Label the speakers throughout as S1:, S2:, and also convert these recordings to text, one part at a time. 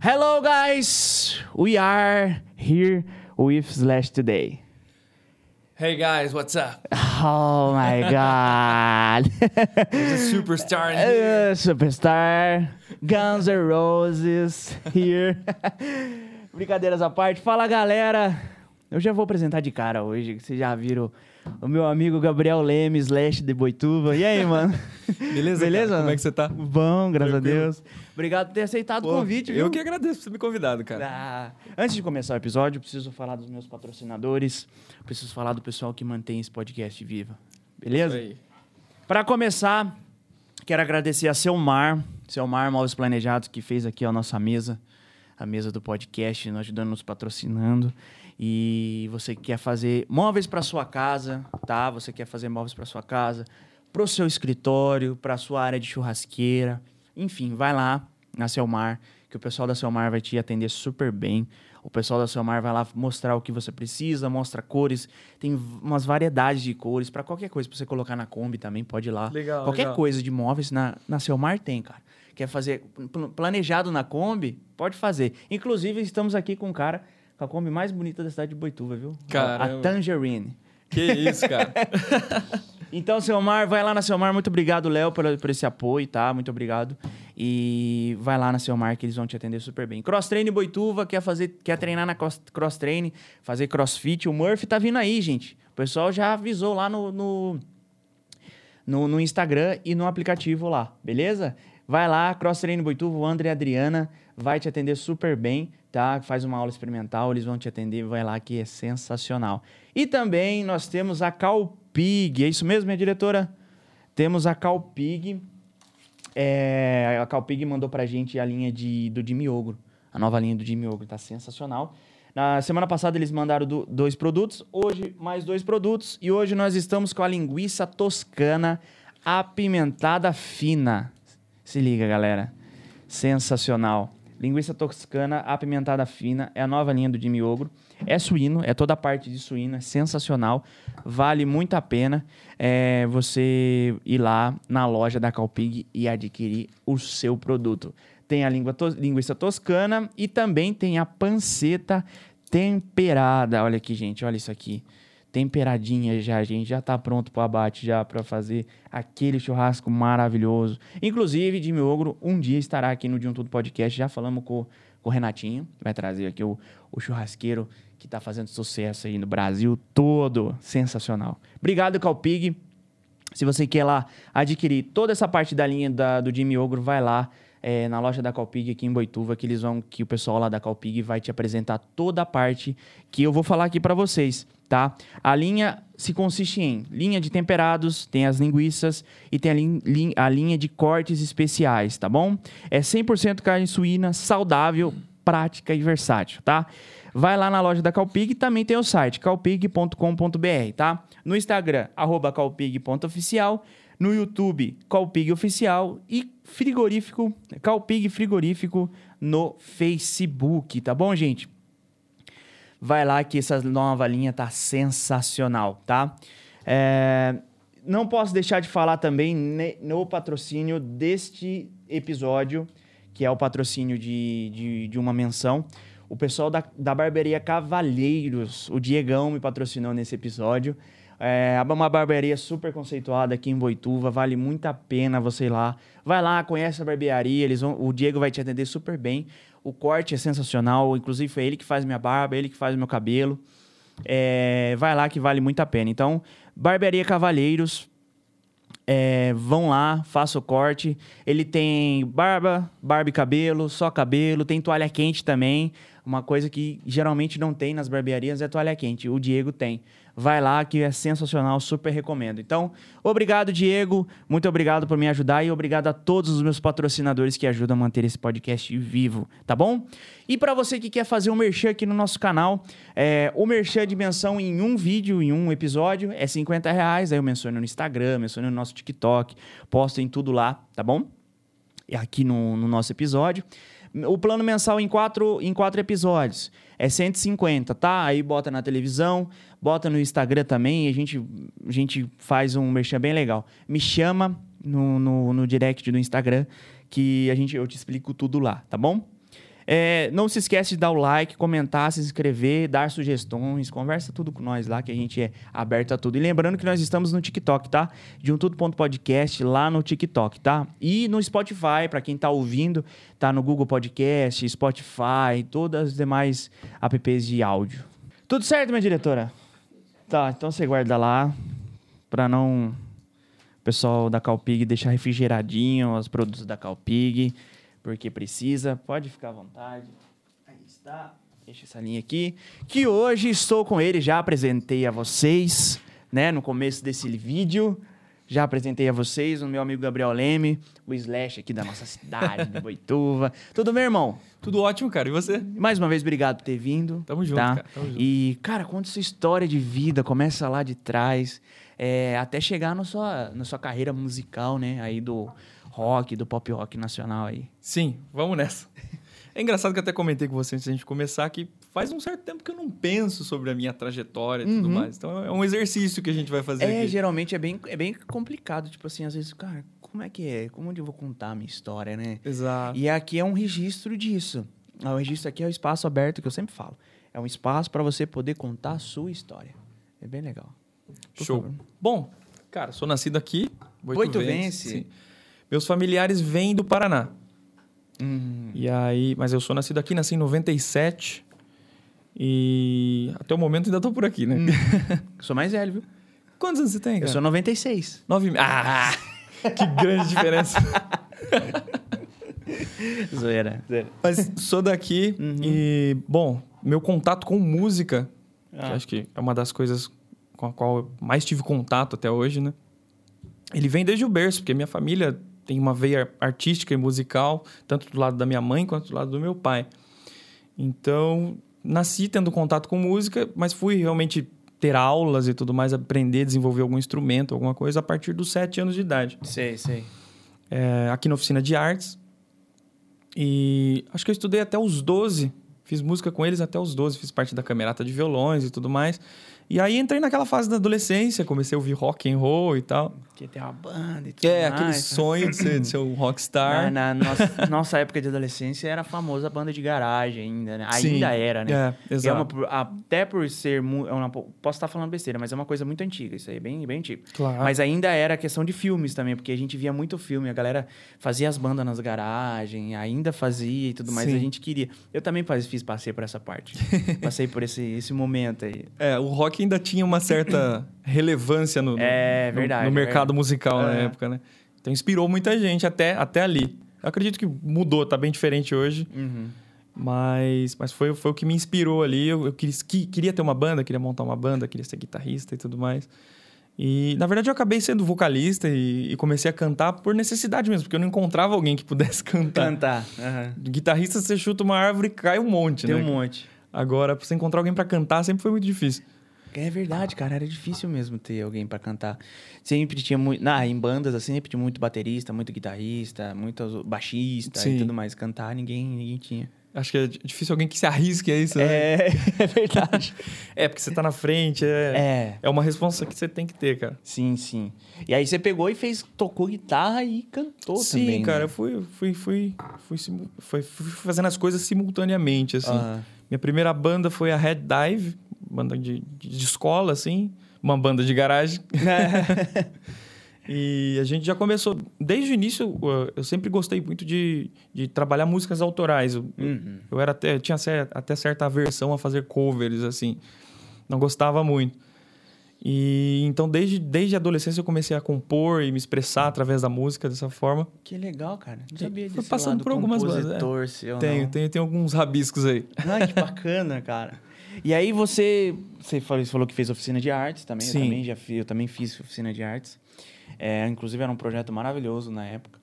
S1: Hello, guys! We are here with Slash today.
S2: Hey guys, what's up?
S1: Oh my god!
S2: There's a superstar in here.
S1: Uh, superstar, Guns N' Roses here. Brincadeiras à parte. Fala galera! Eu já vou apresentar de cara hoje, que vocês já viram o meu amigo Gabriel Leme, slash de Boituva. E aí, mano?
S2: Beleza, cara?
S1: Beleza?
S2: Como é que você tá?
S1: Bom, graças a
S2: Tranquilo.
S1: Deus. Obrigado por ter aceitado o
S2: Pô,
S1: convite, viu?
S2: Eu que agradeço por ter me convidado, cara.
S1: Ah, antes de começar o episódio, eu preciso falar dos meus patrocinadores, preciso falar do pessoal que mantém esse podcast vivo. Beleza?
S2: Isso aí.
S1: Para começar, quero agradecer a Selmar, Selmar Móveis Planejados, que fez aqui a nossa mesa, a mesa do podcast, nos ajudando, nos patrocinando. E você que quer fazer móveis para sua casa, tá? Você quer fazer móveis para sua casa, para o seu escritório, para sua área de churrasqueira, enfim, vai lá na Selmar, que o pessoal da Selmar vai te atender super bem. O pessoal da Selmar vai lá mostrar o que você precisa, mostra cores, tem v- umas variedades de cores para qualquer coisa pra você colocar na Kombi também, pode ir lá.
S2: Legal,
S1: qualquer
S2: legal.
S1: coisa de móveis na, na Selmar tem, cara. Quer fazer pl- planejado na Kombi? Pode fazer. Inclusive, estamos aqui com um cara com a Kombi mais bonita da cidade de Boituva, viu? A- A
S2: Caramba.
S1: Tangerine.
S2: Que isso, cara.
S1: Então, Selmar, vai lá na Selmar. Muito obrigado, Léo, por, por esse apoio, tá? Muito obrigado. E vai lá na Selmar que eles vão te atender super bem. Cross Train Boituva, quer, fazer, quer treinar na cross, cross Train, fazer crossfit. O Murphy tá vindo aí, gente. O pessoal já avisou lá no, no, no, no Instagram e no aplicativo lá, beleza? Vai lá, Cross Train Boituva, o André e a Adriana vai te atender super bem, tá? Faz uma aula experimental, eles vão te atender, vai lá que é sensacional. E também nós temos a Calpig, é isso mesmo, minha diretora? Temos a Calpig. É, a Calpig mandou pra gente a linha de, do Jimmy Ogro. A nova linha do Jimmy Ogro tá sensacional. Na semana passada eles mandaram do- dois produtos, hoje mais dois produtos. E hoje nós estamos com a linguiça toscana apimentada fina. Se liga, galera. Sensacional. Linguiça toscana apimentada fina é a nova linha do Jimmy Ogro. É suíno, é toda a parte de suíno, é sensacional. Vale muito a pena é, você ir lá na loja da Calpig e adquirir o seu produto. Tem a língua tos- linguiça toscana e também tem a panceta temperada. Olha aqui, gente, olha isso aqui temperadinha já, a gente já tá pronto pro abate já para fazer aquele churrasco maravilhoso. Inclusive, Jimmy Ogro um dia estará aqui no De Um Tudo Podcast, já falamos com, com o Renatinho, que vai trazer aqui o, o churrasqueiro que tá fazendo sucesso aí no Brasil todo. Sensacional. Obrigado, Calpig. Se você quer lá adquirir toda essa parte da linha da- do Jimmy Ogro, vai lá é, na loja da Calpig aqui em Boituva, que eles vão, que o pessoal lá da Calpig vai te apresentar toda a parte que eu vou falar aqui pra vocês, tá? A linha se consiste em linha de temperados, tem as linguiças e tem a, lin- lin- a linha de cortes especiais, tá bom? É 100% carne suína, saudável, prática e versátil, tá? Vai lá na loja da Calpig e também tem o site calpig.com.br, tá? No Instagram, arroba calpig.oficial, no YouTube, Calpig Oficial e frigorífico, Calpig Frigorífico no Facebook, tá bom, gente? Vai lá que essa nova linha tá sensacional, tá? É, Não posso deixar de falar também ne- no patrocínio deste episódio, que é o patrocínio de, de, de uma menção. O pessoal da, da barbearia Cavalheiros, o Diegão me patrocinou nesse episódio. É uma barbearia super conceituada aqui em Boituva, vale muito a pena você ir lá. Vai lá, conhece a barbearia, eles vão, o Diego vai te atender super bem. O corte é sensacional, inclusive foi ele que faz minha barba, ele que faz meu cabelo. É, vai lá que vale muito a pena. Então, Barbearia Cavalheiros, é, vão lá, faça o corte. Ele tem barba, barba e cabelo, só cabelo, tem toalha quente também. Uma coisa que geralmente não tem nas barbearias é toalha quente. O Diego tem. Vai lá que é sensacional, super recomendo. Então, obrigado, Diego. Muito obrigado por me ajudar e obrigado a todos os meus patrocinadores que ajudam a manter esse podcast vivo, tá bom? E para você que quer fazer um merchan aqui no nosso canal, é, o merchan de menção em um vídeo, em um episódio, é 50 reais. Aí eu menciono no Instagram, menciono no nosso TikTok, posto em tudo lá, tá bom? E aqui no, no nosso episódio. O plano mensal em quatro, em quatro episódios. É 150, tá? Aí bota na televisão, bota no Instagram também e a gente, a gente faz um merchan bem legal. Me chama no, no, no direct do Instagram que a gente, eu te explico tudo lá, tá bom? É, não se esquece de dar o like, comentar, se inscrever, dar sugestões, conversa tudo com nós lá, que a gente é aberto a tudo. E lembrando que nós estamos no TikTok, tá? De um tudo.podcast lá no TikTok, tá? E no Spotify, pra quem tá ouvindo, tá no Google Podcast, Spotify, todas as demais apps de áudio. Tudo certo, minha diretora? Tá, então você guarda lá pra não o pessoal da Calpig deixar refrigeradinho os produtos da Calpig, porque precisa. Pode ficar à vontade. Aí está. Deixa essa linha aqui. Que hoje estou com ele, já apresentei a vocês, né? No começo desse vídeo. Já apresentei a vocês o meu amigo Gabriel Leme, o Slash aqui da nossa cidade, de Boituva. Tudo bem, irmão?
S2: Tudo ótimo, cara. E você?
S1: Mais uma vez, obrigado por ter vindo. tá?
S2: Tamo junto, cara. Tamo junto.
S1: E, cara, conta sua história de vida, começa lá de trás, é, até chegar na sua, na sua carreira musical, né? Aí do rock, do pop rock nacional aí.
S2: Sim, vamos nessa. É engraçado que eu até comentei com você antes da gente começar que faz um certo tempo que eu não penso sobre a minha trajetória e tudo mais. Então é um exercício que a gente vai fazer
S1: Uhum. É,
S2: aqui.
S1: geralmente é bem, é bem complicado, tipo assim, às vezes, cara, como é que é? Como onde eu vou contar a minha história, né?
S2: Exato.
S1: E aqui é um registro disso. Ah, O registro aqui é o espaço aberto que eu sempre falo. É um espaço para você poder contar a sua história. É bem legal. Por
S2: Show.
S1: favor.
S2: Bom, cara, sou nascido aqui,
S1: Boituvense.
S2: Boituvense. sim. Meus familiares vêm do Paraná. E aí, mas eu sou nascido aqui, nasci em 97. E até o momento ainda tô por aqui, né?
S1: Sou mais velho, viu?
S2: Quantos anos você tem,
S1: Hum. Eu
S2: cara?
S1: sou 96.
S2: Nove e meio. Ah! que grande diferença.
S1: Zoeira. Zoeira.
S2: Mas sou daqui
S1: Uhum.
S2: e, bom, meu contato com música, que
S1: Ah.
S2: acho que é uma das coisas com a qual eu mais tive contato até hoje, né? Ele vem desde o berço, porque minha família tem uma veia artística e musical, tanto do lado da minha mãe quanto do lado do meu pai. Então, nasci tendo contato com música, mas fui realmente ter aulas e tudo mais, aprender, desenvolver algum instrumento, alguma coisa, a partir dos sete anos de idade
S1: Sei, sei.
S2: é, aqui na oficina de artes. E acho que eu estudei até os 12. Fiz música com eles até os 12, fiz parte da camerata de violões e tudo mais. E aí entrei naquela fase da adolescência, comecei a ouvir rock and roll e tal.
S1: Que tem uma banda e tudo
S2: É,
S1: mais,
S2: aquele
S1: tá?
S2: sonho de ser, de ser um rockstar.
S1: Na, na nossa, nossa época de adolescência era a famosa banda de garagem ainda, né?
S2: Sim.
S1: Ainda era, né?
S2: É,
S1: É uma,
S2: exato.
S1: por- até por ser. mu- é uma- posso estar falando besteira, mas é uma coisa muito antiga, isso aí, bem, bem antigo.
S2: Claro.
S1: Mas ainda era questão de filmes também, porque a gente via muito filme, a galera fazia as bandas nas garagens, ainda fazia e tudo mais,
S2: Sim.
S1: a gente queria. Eu também faz- fiz, passei por essa parte. passei por esse, esse momento aí.
S2: É, o rock ainda tinha uma certa relevância no, no-
S1: É,
S2: no-
S1: verdade,
S2: no mercado
S1: verdade.
S2: musical na
S1: É.
S2: época, né? Então inspirou muita gente até, até ali. Eu acredito que mudou, tá bem diferente hoje.
S1: Uhum.
S2: Mas, mas foi, foi o que me inspirou ali. Eu, eu quis- que- queria ter uma banda, queria montar uma banda, queria ser guitarrista e tudo mais. E, na verdade, eu acabei sendo vocalista e, e comecei a cantar por necessidade mesmo, porque eu não encontrava alguém que pudesse cantar.
S1: Cantar.
S2: Tá.
S1: aham.
S2: Guitarrista, você chuta uma árvore e cai um monte,
S1: Tem
S2: né?
S1: um monte.
S2: Agora, pra você encontrar alguém pra cantar sempre foi muito difícil.
S1: É verdade, cara. Era difícil mesmo ter alguém pra cantar. Sempre tinha muito. na em bandas, assim, sempre tinha muito baterista, muito guitarrista, muito baixista e
S2: Sim.
S1: tudo mais. Cantar ninguém, ninguém tinha.
S2: Acho que é di- difícil alguém que se arrisque a isso, né?
S1: É, é verdade.
S2: É, porque você tá na frente, é, é.
S1: É.
S2: uma responsa que você tem que ter, cara.
S1: Sim, sim. E aí você pegou e fez, tocou guitarra e cantou
S2: Sim,
S1: também. né?
S2: cara, eu fui, fui, fui, fui, simu- foi- fui fazendo as coisas simultaneamente, assim.
S1: Aham.
S2: Minha primeira banda foi a Red Dive, banda de, de, de escola, assim, uma banda de garagem. e a gente já começou, desde o início, uh, eu sempre gostei muito de, de trabalhar músicas autorais. Eu,
S1: Uhum.
S2: eu era até, eu tinha cer- até certa aversão a fazer covers, assim, não gostava muito. E então, desde, desde a adolescência, eu comecei a compor e me expressar através da música dessa forma.
S1: Que legal, cara. Não
S2: Sim,
S1: sabia
S2: foi
S1: disso.
S2: passando
S1: lado
S2: por algumas bandas, é.
S1: compositor seu,
S2: Tenho,
S1: não.
S2: tenho, tenho alguns rabiscos aí.
S1: Ai, que bacana, cara. E aí você, você falou, você falou que fez oficina de artes também.
S2: Sim.
S1: Eu também já fiz, eu também fiz oficina de artes. É, inclusive era um projeto maravilhoso na época.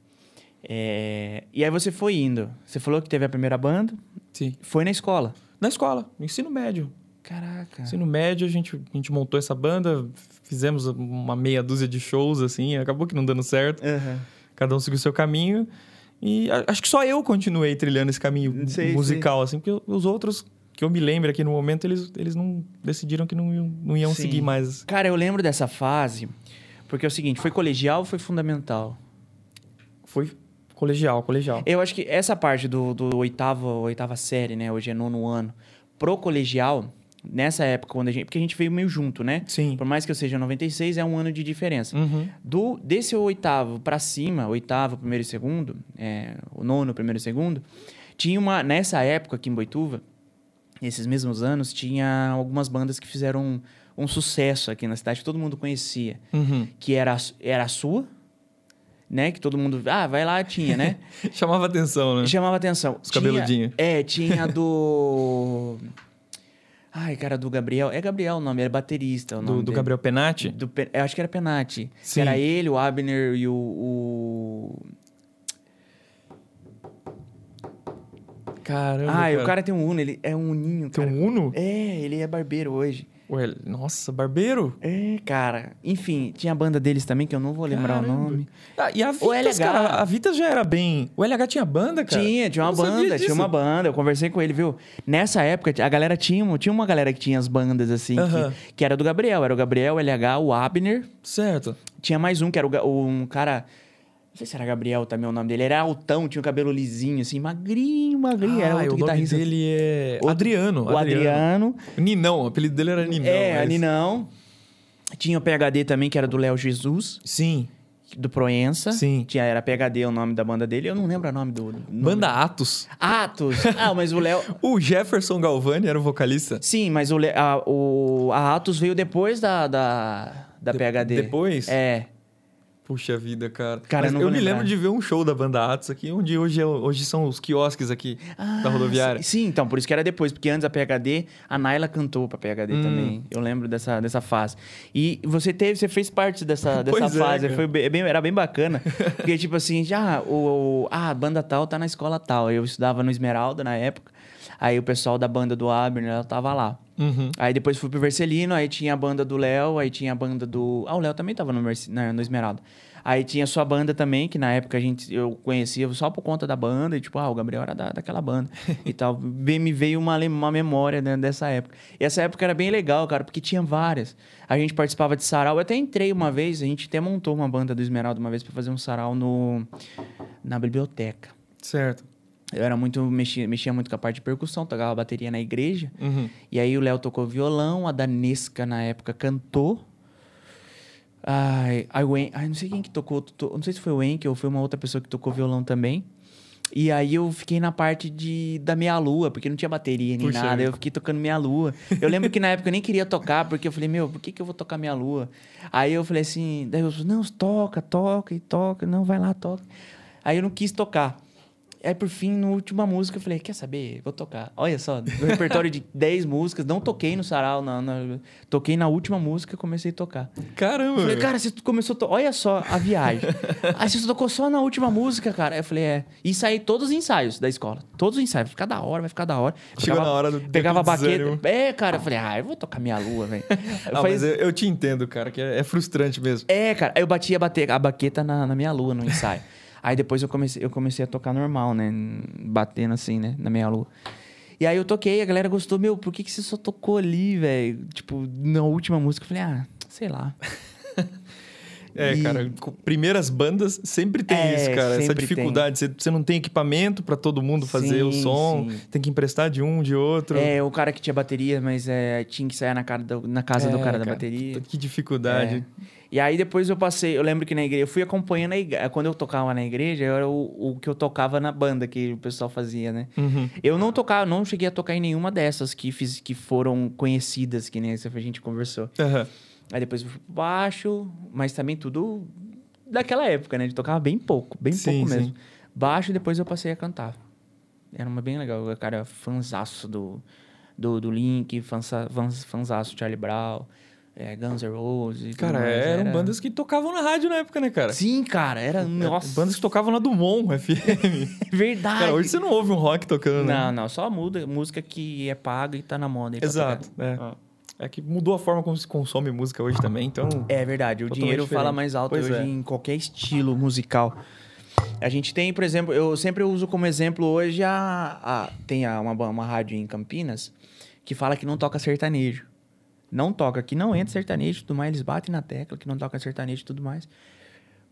S1: É, e aí você foi indo. Você falou que teve a primeira banda,
S2: Sim.
S1: foi na escola.
S2: Na escola, no ensino médio.
S1: Caraca.
S2: Ensino Assim, médio, a gente, a gente montou essa banda, fizemos uma meia dúzia de shows, assim, acabou que não dando certo.
S1: Aham.
S2: Cada um seguiu seu caminho. E a- acho que só eu continuei trilhando esse caminho
S1: Sei,
S2: musical, assim, porque os outros, que eu me lembro aqui no momento, eles, eles não decidiram que não, iam- não iam
S1: Sim.
S2: seguir mais.
S1: Cara, eu lembro dessa fase, porque é o seguinte, foi colegial ou foi fundamental?
S2: Foi Colegial, colegial.
S1: Eu acho que essa parte do, do oitavo, oitava série, né? Hoje é nono ano. Pro colegial, nessa época, quando a gente, porque a gente veio meio junto, né?
S2: Sim.
S1: Por mais que eu seja 96, é um ano de diferença.
S2: Uhum.
S1: Do, desse oitavo pra cima, oitavo, primeiro e segundo, é, o nono, primeiro e segundo, tinha uma. Nessa época aqui em Boituva, nesses mesmos anos, tinha algumas bandas que fizeram um, um sucesso aqui na cidade que todo mundo conhecia.
S2: Uhum.
S1: Que era, a su- era a sua, né? Que todo mundo. Ah, vai lá, tinha, né?
S2: Chamava atenção, né?
S1: Chamava atenção.
S2: Os
S1: Tinha-
S2: cabeludinhos.
S1: É, tinha do. Ai, cara, do Gabriel. É Gabriel o nome, era baterista. O nome
S2: Do, do
S1: dele.
S2: Gabriel Penati?
S1: Do Pe- eu acho que era Penati. Que
S2: Sim.
S1: Era ele, o Abner e o. o...
S2: Caramba.
S1: Ah, o cara tem um Uno, ele é um Uninho,
S2: Tem
S1: cara.
S2: um Uno?
S1: É, ele é barbeiro hoje.
S2: Ué, nossa, barbeiro?
S1: É, cara. Enfim, tinha a banda deles também, que eu não vou lembrar
S2: Caramba.
S1: o nome.
S2: Ah, e a Vitas,
S1: O LH.
S2: cara. A Vitas já era bem. O LH tinha banda, cara?
S1: Tinha, tinha uma
S2: Eu não sabia
S1: banda, tinha
S2: disso.
S1: uma banda. Eu conversei com ele, viu? Nessa época, a galera tinha, um- tinha uma galera que tinha as bandas, assim, que-
S2: Aham.
S1: que, era do Gabriel. Era o Gabriel, o LH, o Abner.
S2: Certo.
S1: Tinha mais um, que era o ga- um cara... Não sei se era Gabriel também o nome dele. Era altão, tinha o cabelo lisinho, assim, magrinho, magrinho. era
S2: Ah,
S1: outro
S2: o nome
S1: guitarrista.
S2: dele é...
S1: Outro-
S2: Adriano.
S1: O Adriano.
S2: Ninão, o apelido dele era Ninão.
S1: é,
S2: mas-
S1: ali não. Tinha o PHD também, que era do Léo Jesus,
S2: Sim.
S1: do Proença.
S2: Sim.
S1: Tinha, era PHD o nome da banda dele. Eu não lembro o nome do... nome.
S2: Banda Atos.
S1: Atos. Ah, mas o Léo...
S2: O Jefferson Galvani era o vocalista.
S1: Sim, mas o, Le- a, o- a Atos veio depois da, da, da
S2: De-
S1: PHD.
S2: depois?
S1: É.
S2: Puxa vida, cara.
S1: Cara, eu
S2: Mas
S1: não
S2: eu
S1: vou
S2: me
S1: lembrar.
S2: lembro de ver um show da banda Atos aqui, onde hoje, é- hoje são os quiosques aqui da
S1: Sim,
S2: rodoviária.
S1: Ah, sim, então, por isso que era depois, porque antes a PHD, a Naila cantou pra PHD
S2: Hum.
S1: também. Eu lembro dessa, dessa fase. E você teve, você fez parte dessa, dessa
S2: Pois é,
S1: fase.
S2: cara.
S1: foi bem- bem- era bem bacana. porque, tipo assim, já o, o- ah, a banda tal tá na escola tal. Eu estudava no Esmeralda na época. Aí o pessoal da banda do Abner, ela tava lá.
S2: Uhum.
S1: Aí depois fui pro Vercelino, aí tinha a banda do Léo, aí tinha a banda do. Ah, o Léo também tava no, Merce- na- no Esmeralda. Aí tinha sua banda também, que na época a gente, eu conhecia só por conta da banda, e tipo, ah, o Gabriel era da, daquela banda e tal. Bem, me veio uma, lem- uma memória né, dessa época. E essa época era bem legal, cara, porque tinha várias. A gente participava de sarau, eu até entrei uma vez, a gente até montou uma banda do Esmeralda uma vez pra fazer um sarau no, na biblioteca.
S2: Certo.
S1: Eu era muito, mexia, mexia muito com a parte de percussão, tocava bateria na igreja.
S2: Uhum.
S1: E aí o Léo tocou violão, a Danesca na época cantou. Ai, ai, o En- ai, não sei quem que tocou, to- não sei se foi o Enke ou foi uma outra pessoa que tocou violão também. E aí eu fiquei na parte de, da meia lua, porque não tinha bateria nem
S2: Puxa
S1: nada,
S2: vida.
S1: eu fiquei tocando meia lua. Eu lembro que na época eu nem queria tocar, porque eu falei, meu, por que, que eu vou tocar meia lua? Aí eu falei assim, daí eu falei, não, toca, toca e toca, não, vai lá, toca. Aí eu não quis tocar. Aí por fim, na última música, eu falei, quer saber? Vou tocar. Olha só, no repertório de 10 músicas, não toquei no sarau, na, na- toquei na última música e comecei a tocar. Eu
S2: Caramba.
S1: falei,
S2: velho.
S1: cara, você começou. a to- Olha só a viagem. aí você tocou só na última música, cara. Aí eu falei, é. E saí todos os ensaios da escola. Todos os ensaios. Vai ficar da hora, vai ficar da hora.
S2: Chegou
S1: Pegava-
S2: na hora do- daquele
S1: Pegava a baqueta.
S2: desânimo.
S1: É, cara, eu falei, ah, eu vou tocar minha lua, velho. Eu
S2: Ah,
S1: falei,
S2: mas eu, eu te entendo, cara, que é, é frustrante mesmo.
S1: é, cara, aí eu bati a, bate- a baqueta na, na minha lua no ensaio. aí depois eu comecei, eu comecei a tocar normal, né? Batendo assim, né? Na minha lua. E aí eu toquei, a galera gostou, meu, por que, que você só tocou ali, velho? Tipo, na última música, eu falei, ah, sei lá.
S2: É,
S1: E-
S2: cara, com primeiras bandas sempre tem
S1: É,
S2: isso, cara. Essa
S1: sempre
S2: dificuldade. Você, você não tem equipamento pra todo mundo fazer o
S1: Sim,
S2: som,
S1: sim.
S2: tem que emprestar de um, de outro.
S1: É, o cara que tinha bateria, mas é, tinha que sair na, cara do- na casa do
S2: É,
S1: cara, da bateria. É.
S2: puta, Que dificuldade.
S1: E aí depois eu passei, eu lembro que na igreja, eu fui acompanhando a igreja. Quando eu tocava na igreja, eu era o, o que eu tocava na banda que o pessoal fazia, né?
S2: Uhum.
S1: Eu não tocava, não cheguei a tocar em nenhuma dessas que, fiz, que foram conhecidas, que nem essa que a gente conversou.
S2: Aham.
S1: Aí depois eu fui pro baixo, mas também tudo daquela época, né? De tocava bem pouco, bem
S2: Sim,
S1: pouco
S2: sim.
S1: mesmo. Baixo, depois eu passei a cantar. Era uma bem legal. Eu, cara, fanzaço do, do, do Link, fansa- fans- fanzaço Charlie Brown, é, Guns N' Roses. e tudo
S2: Cara, é,
S1: mais.
S2: eram
S1: Era-
S2: bandas que tocavam na rádio na época, né, cara? É,
S1: Sim, cara, era. Nossa, é
S2: Bandas que tocavam na Dumont FM.
S1: verdade.
S2: cara, hoje você não ouve um rock tocando, né?
S1: Não, não, só muda, música que é paga e tá na moda. aí pra
S2: Exato. É.
S1: Ah.
S2: É que mudou a forma como se consome música hoje também, então.
S1: É verdade, o
S2: Totalmente
S1: dinheiro fala
S2: diferente.
S1: mais alto
S2: Pois
S1: hoje
S2: é.
S1: em qualquer estilo musical. A gente tem, por exemplo, eu sempre uso como exemplo hoje a. a- tem a- uma, ba- uma rádio em Campinas que fala que não toca sertanejo. Não toca, que não entra sertanejo e tudo mais, eles batem na tecla que não toca sertanejo e tudo mais.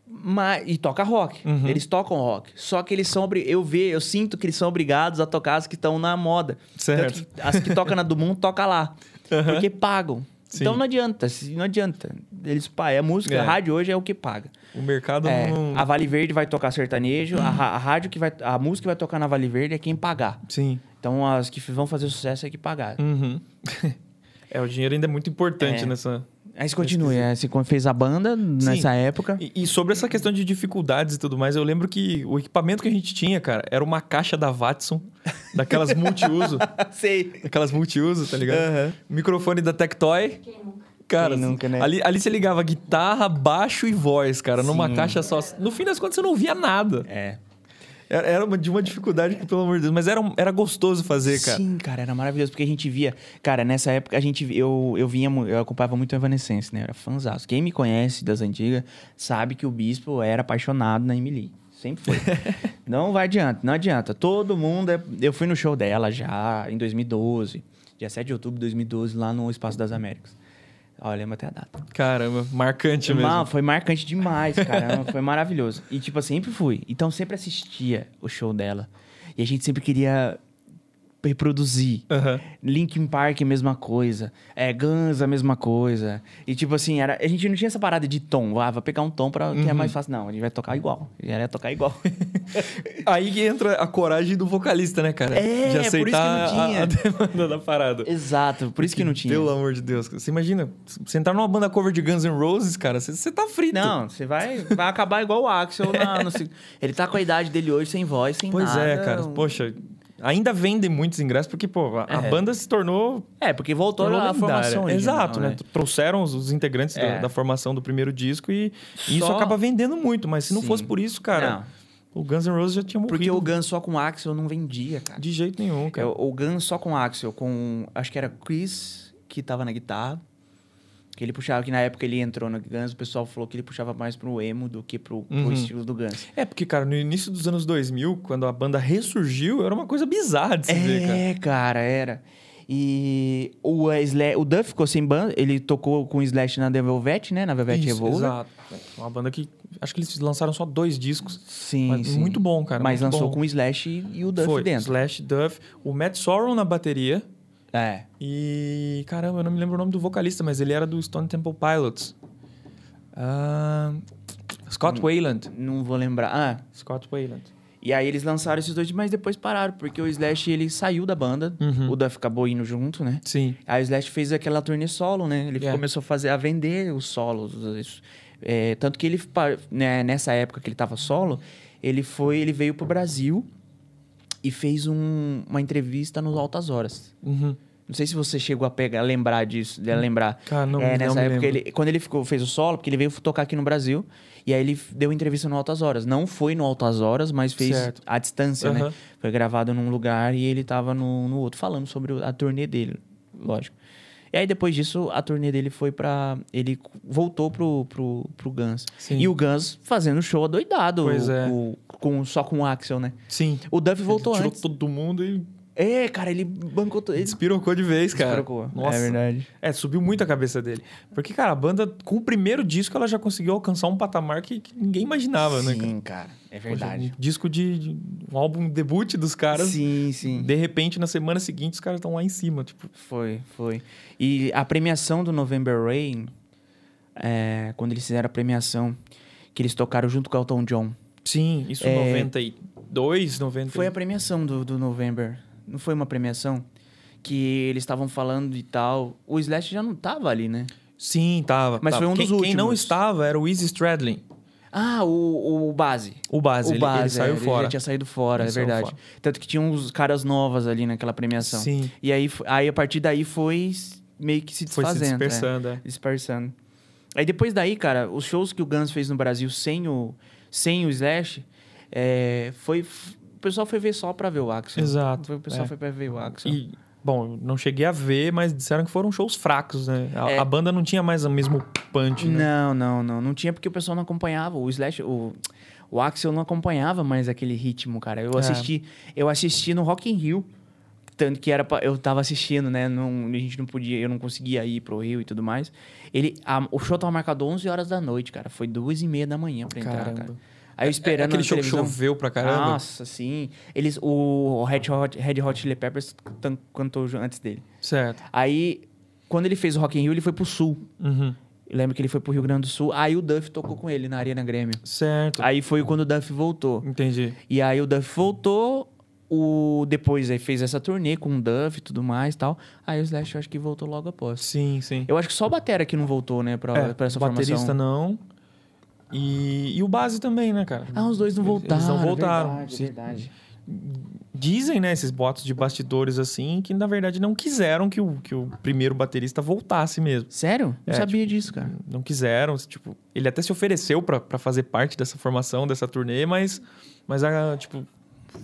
S1: Mas, e toca rock.
S2: Uhum.
S1: Eles tocam rock. Só que eles são. obri- Eu vejo, eu sinto que eles são obrigados a tocar as que estão na moda.
S2: Certo.
S1: Tanto que as que tocam na do mundo, toca lá.
S2: Aham.
S1: Porque pagam.
S2: Sim.
S1: Então não adianta, se- não adianta. Eles, pá, é música,
S2: É.
S1: a rádio hoje é o que paga.
S2: O mercado
S1: É,
S2: não.
S1: a Vale Verde vai tocar sertanejo, a, ra- a rádio que vai. A música que vai tocar na Vale Verde é quem pagar.
S2: Sim.
S1: Então as que vão fazer sucesso é que pagar.
S2: Uhum. é, o dinheiro ainda é muito importante
S1: É.
S2: nessa.
S1: Aí você continua, é, você fez a banda nessa época.
S2: E, e sobre essa questão de dificuldades e tudo mais, eu lembro que o equipamento que a gente tinha, cara, era uma caixa da Watson, daquelas multiuso,
S1: Sei.
S2: daquelas multiuso, tá ligado? Microfone da Tectoy. Cara,
S1: Quem nunca, né?
S2: ali, ali você ligava guitarra, baixo e voz, cara, numa
S1: Sim.
S2: caixa só. No fim das contas, você não via nada.
S1: É.
S2: Era, era uma- de uma dificuldade que, pelo amor de Deus, mas era, um- era gostoso fazer, cara.
S1: Sim, cara, era maravilhoso, porque a gente via. Cara, nessa época a gente. Eu, eu vinha, mu- eu acompanhava muito a Evanescence, né? Eu era fãzaço. Quem me conhece das antigas sabe que o Bispo era apaixonado na Emily. Sempre foi. não vai adianta, não adianta. Todo mundo. é- Eu fui no show dela já em 2012, dia 7 de outubro de 2012, lá no Espaço das Américas. Ó, eu lembro até a data.
S2: Caramba, marcante mesmo.
S1: Mano, foi marcante demais, cara. foi maravilhoso. E, tipo, eu sempre fui. Então, sempre assistia o show dela. E a gente sempre queria reproduzir.
S2: Aham.
S1: Linkin Park, mesma coisa. É, Guns, a mesma coisa. E, tipo assim, era, a gente não tinha essa parada de tom. Ah, vou pegar um tom pra,
S2: Uhum.
S1: que é mais fácil. Não, a gente vai tocar igual. A gente vai tocar igual.
S2: Aí que entra a coragem do vocalista, né, cara?
S1: É,
S2: de
S1: por isso que não
S2: aceitar a-
S1: tinha.
S2: A, demanda da parada.
S1: Exato, por isso que não tinha.
S2: Pelo amor de Deus. Você imagina, você entrar numa banda cover de Guns N' Roses, cara, você, você tá frito.
S1: Não, você vai, vai acabar igual o Axel. na- no se- ele tá com a idade dele hoje, sem voz, sem
S2: Pois
S1: nada.
S2: é, cara. Poxa, ainda vendem muitos ingressos, porque, pô, a, a
S1: É.
S2: banda se tornou.
S1: É, porque voltou
S2: tornou
S1: à
S2: lendária.
S1: formação. original,
S2: Exato, né? Trouxeram os, os integrantes da- da,
S1: É.
S2: formação do primeiro disco e, e isso
S1: Só-
S2: acaba vendendo muito. Mas se não
S1: Sim.
S2: fosse por isso, cara,
S1: Não.
S2: o Guns N' Roses já tinha morrido.
S1: Porque o Gun só com Axel não vendia, cara.
S2: De jeito nenhum, cara.
S1: É, O Gun só com Axel, com. Acho que era Chris que tava na guitarra. Que ele puxava, que na época ele entrou no Guns, o pessoal falou que ele puxava mais pro emo do que pro, pro
S2: Uhum.
S1: estilo do Guns.
S2: É, porque, cara, no início dos anos 2000, quando a banda ressurgiu, era uma coisa bizarra de se ver, cara.
S1: É, cara, era. E o, eh, Sla- o Duff ficou sem banda, ele tocou com o Slash na The Velvet, né? Na Velvet
S2: Isso,
S1: Revolver.
S2: Exato. Uma banda que. Acho que eles lançaram só dois discos.
S1: Sim,
S2: mas
S1: sim.
S2: muito bom, cara.
S1: Mas
S2: muito
S1: lançou
S2: bom.
S1: com o Slash e, e o Duff
S2: Foi.
S1: dentro.
S2: Slash Duff. O Matt Sorrow na bateria.
S1: É.
S2: E. Caramba, eu não me lembro o nome do vocalista, mas ele era do Stone Temple Pilots. Ah, Scott Wayland.
S1: Não vou lembrar. Ah,
S2: Hum. Scott Wayland.
S1: E aí eles lançaram esses dois, mas depois pararam, porque o Slash ele saiu da banda,
S2: Uhum.
S1: o Duff acabou indo junto, né?
S2: Sim.
S1: Aí o Slash fez aquela turnê solo, né? Ele
S2: Yeah.
S1: começou a fazer a vender os solos. isso. É, tanto que ele pa- né, nessa época que ele tava solo, ele foi, ele veio pro Brasil e fez um- uma entrevista nos Altas Horas.
S2: Uhum.
S1: Não sei se você chegou a pegar, a lembrar disso, de lembrar.
S2: Cara, não,
S1: É,
S2: não
S1: nessa
S2: me
S1: época,
S2: lembro.
S1: ele, quando ele ficou, fez o solo, porque ele veio tocar aqui no Brasil, e aí ele f- deu entrevista no Altas Horas. Não foi no Altas Horas, mas fez
S2: Certo.
S1: à distância,
S2: Aham.
S1: né? Foi gravado num lugar e ele tava no, no outro, falando sobre o- a turnê dele, lógico. E aí, depois disso, a turnê dele foi pra... Ele c- voltou pro, pro, pro Guns.
S2: Sim.
S1: E o Guns fazendo show adoidado.
S2: Pois
S1: o-
S2: é.
S1: o- com, só com o Axel, né?
S2: Sim.
S1: O Duff voltou
S2: Tirou
S1: antes.
S2: todo mundo e
S1: É, cara, ele bancou... to- Ele
S2: despirocou de vez, cara.
S1: Despirocou.
S2: Nossa.
S1: É verdade.
S2: É, subiu muito a cabeça dele. Porque, cara, a banda, com o primeiro disco, ela já conseguiu alcançar um patamar que, que ninguém imaginava, né? cara?
S1: Sim, cara. É verdade.
S2: Poxa, um disco de, de- um álbum debut dos caras.
S1: sim, sim.
S2: De repente, na semana seguinte, os caras estão lá em cima. Tipo,
S1: Foi, foi. E a premiação do November Rain, é, quando eles fizeram a premiação, que eles tocaram junto com o Elton John.
S2: sim, isso em
S1: É.
S2: 92, 90.
S1: Foi a premiação do, do November. Não foi uma premiação? Que eles estavam falando e tal. O Slash já não tava ali, né?
S2: Sim, tava.
S1: Mas
S2: tava.
S1: foi um
S2: quem,
S1: dos
S2: Quem não
S1: últimos.
S2: estava era o Easy Stradlin,
S1: Ah, o, o Base.
S2: o base. ele, ele
S1: é,
S2: saiu fora.
S1: Ele já tinha saído fora,
S2: Ele
S1: é
S2: saiu
S1: verdade.
S2: fora.
S1: Tanto que tinha uns caras novas ali naquela premiação.
S2: Sim,
S1: E aí, f- aí, a partir daí, foi s- meio que se
S2: foi se
S1: desfazendo. é.
S2: dispersando. é.
S1: dispersando. Aí depois daí, cara, os shows que o Guns fez no Brasil sem o, sem o Slash, é, foi, f- o pessoal foi ver só pra ver o Axel.
S2: Exato,
S1: Foi- o pessoal
S2: é.
S1: foi pra ver o Axel.
S2: E, bom, eu não cheguei a ver, mas disseram que foram shows fracos, né? A,
S1: É.
S2: a banda não tinha mais o mesmo punch, né?
S1: Não, não, não. Não tinha porque o pessoal não acompanhava. O Slash, o, o Axel não acompanhava mais aquele ritmo, cara. Eu
S2: É.
S1: assisti, eu assisti no Rock in Rio. Tanto que era pra, eu tava assistindo, né? Não, a gente não podia, eu não conseguia ir pro Rio e tudo mais. Ele, a- o show tava marcado 11 horas da noite, cara. Foi duas e meia da manhã pra entrar,
S2: Caramba.
S1: cara. Aí eu esperando
S2: É aquele
S1: na
S2: show que
S1: televisão.
S2: choveu pra caramba.
S1: Nossa, sim. Eles, o Red Hot, Red Hot Chili Peppers tan- cantou ju- antes dele.
S2: Certo.
S1: Aí, quando ele fez o Rock in Rio, ele foi pro Sul.
S2: Uhum.
S1: Eu lembro que ele foi pro Rio Grande do Sul. Aí o Duff tocou com ele na Arena Grêmio.
S2: Certo.
S1: Aí foi quando o Duff voltou.
S2: Entendi.
S1: E aí o Duff voltou, o depois aí fez essa turnê com o Duff e tudo mais e tal. Aí o Slash eu acho que voltou logo após.
S2: Sim, sim.
S1: Eu acho que só o Batera que não voltou, né, pra,
S2: É,
S1: pra essa
S2: o baterista
S1: formação.
S2: não. E, e o base também, né, cara?
S1: Ah, os dois não
S2: Eles-
S1: voltaram. É
S2: eles não voltaram.
S1: Verdade,
S2: Se-
S1: verdade.
S2: Dizem, né, esses botos de bastidores assim, que na verdade não quiseram que o, que o primeiro baterista voltasse mesmo.
S1: Sério? Não
S2: É,
S1: sabia disso, cara.
S2: Não quiseram, tipo, ele até se ofereceu pra pra fazer parte dessa formação, dessa turnê, mas, mas ah, tipo,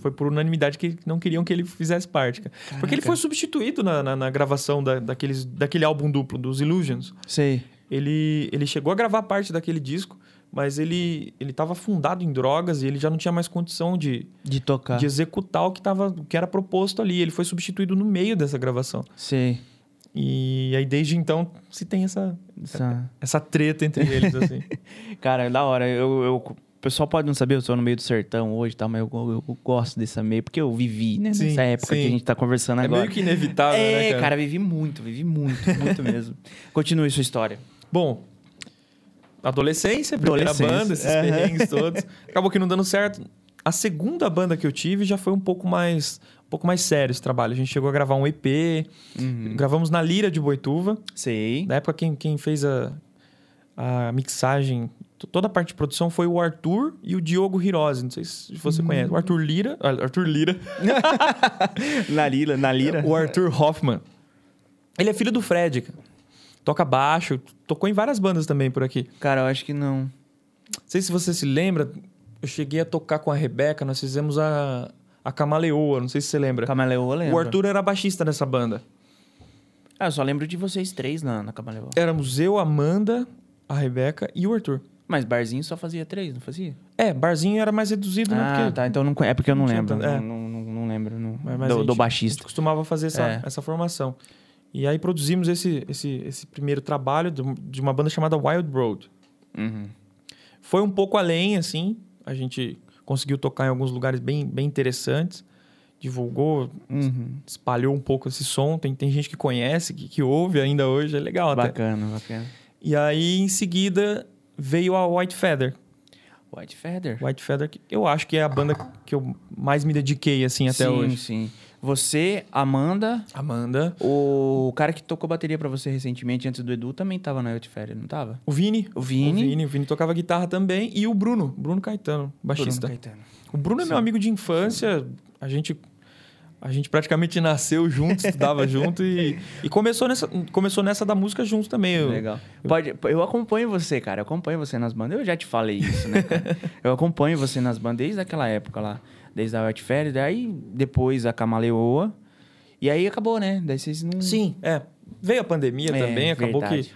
S2: foi por unanimidade que não queriam que ele fizesse parte. cara. Porque ele
S1: Caraca.
S2: foi substituído na, na, na gravação da, daqueles, daquele álbum duplo, dos Illusions.
S1: Sei.
S2: ele, ele chegou a gravar parte daquele disco, mas ele ele estava afundado em drogas e ele já não tinha mais condição de,
S1: De tocar.
S2: de executar o que, tava, o que era proposto ali. Ele foi substituído no meio dessa gravação.
S1: Sei.
S2: E aí, desde então, se tem essa,
S1: Sa-
S2: essa treta entre eles, assim.
S1: Cara, é da hora. Eu, eu- o pessoal pode não saber, eu sou no meio do sertão hoje, tá? Mas eu, eu gosto dessa meio, porque eu vivi, né?
S2: Sim,
S1: nessa época
S2: sim.
S1: que a gente tá conversando
S2: é
S1: agora.
S2: meio que inevitável,
S1: é,
S2: né,
S1: cara? vivi muito, vivi muito, muito mesmo. Continue sua história.
S2: Bom, adolescência, é. primeira
S1: Adolescência,
S2: banda, esses
S1: aham.
S2: perrengues todos. Acabou que não dando certo. A segunda banda que eu tive já foi um pouco mais um pouco mais sério esse trabalho. A gente chegou a gravar um EP, gravamos na Lira de Boituva.
S1: Sei.
S2: Na época, quem, quem fez a, a mixagem, to- toda a parte de produção foi o Arthur e o Diogo Hirose. Não sei se você conhece. O Arthur Lira. ah, Arthur Lira.
S1: Na Lira, na Lira.
S2: O Arthur Hoffman. Ele é filho do Fred, cara. Toca baixo, tocou em várias bandas também por aqui.
S1: Cara, eu acho que não.
S2: Não sei se você se lembra, eu cheguei a tocar com a Rebeca, nós fizemos a, a Camaleoa, não sei se você lembra.
S1: Camaleoa, eu lembro.
S2: O Arthur era baixista dessa banda.
S1: Ah, eu só lembro de vocês três na, na Camaleoa.
S2: Éramos eu, Amanda, a Rebeca e o Arthur.
S1: Mas Barzinho só fazia três, não fazia?
S2: É, barzinho era mais reduzido, né?
S1: Ah,
S2: Porque
S1: tá. Então não, conhe- é porque eu não
S2: Não tinha
S1: lembro.
S2: tanto- é.
S1: Não, não- não lembro não,
S2: Mas- mas a
S1: do,
S2: gente-
S1: do
S2: A gente
S1: baixista.
S2: costumava fazer essa,
S1: É.
S2: essa formação. E aí produzimos esse, esse, esse primeiro trabalho de um- de uma banda chamada Wild Road.
S1: Uhum.
S2: Foi um pouco além, assim. A gente conseguiu tocar em alguns lugares bem, bem interessantes. Divulgou,
S1: Uhum.
S2: espalhou um pouco esse som. Tem, tem gente que conhece, que, que ouve ainda hoje. É legal até.
S1: Bacana, bacana.
S2: E aí, em seguida, veio a White Feather.
S1: White Feather.
S2: White Feather, que eu acho que é a banda que eu mais me dediquei, assim, até
S1: sim,
S2: hoje.
S1: sim. Você, Amanda,
S2: Amanda.
S1: o cara que tocou bateria pra você recentemente antes do Edu também tava na White Feather, não tava?
S2: O Vini.
S1: O Vini.
S2: O Vini, o Vini tocava guitarra também. E o Bruno, Bruno Caetano, baixista.
S1: Bruno Caetano.
S2: O Bruno é meu amigo de infância. A gente, a gente praticamente nasceu junto, estudava junto e, e começou, nessa, começou nessa da música junto também. Eu-
S1: Legal. Pode, eu acompanho você, cara. Eu acompanho você nas bandas. Eu já te falei isso, né? cara? eu acompanho você nas bandas desde aquela época lá. Desde a White Feather, daí depois a Camaleoa. E aí acabou, né? Daí vocês não...
S2: Sim, é. Veio a pandemia
S1: É,
S2: também, acabou
S1: verdade.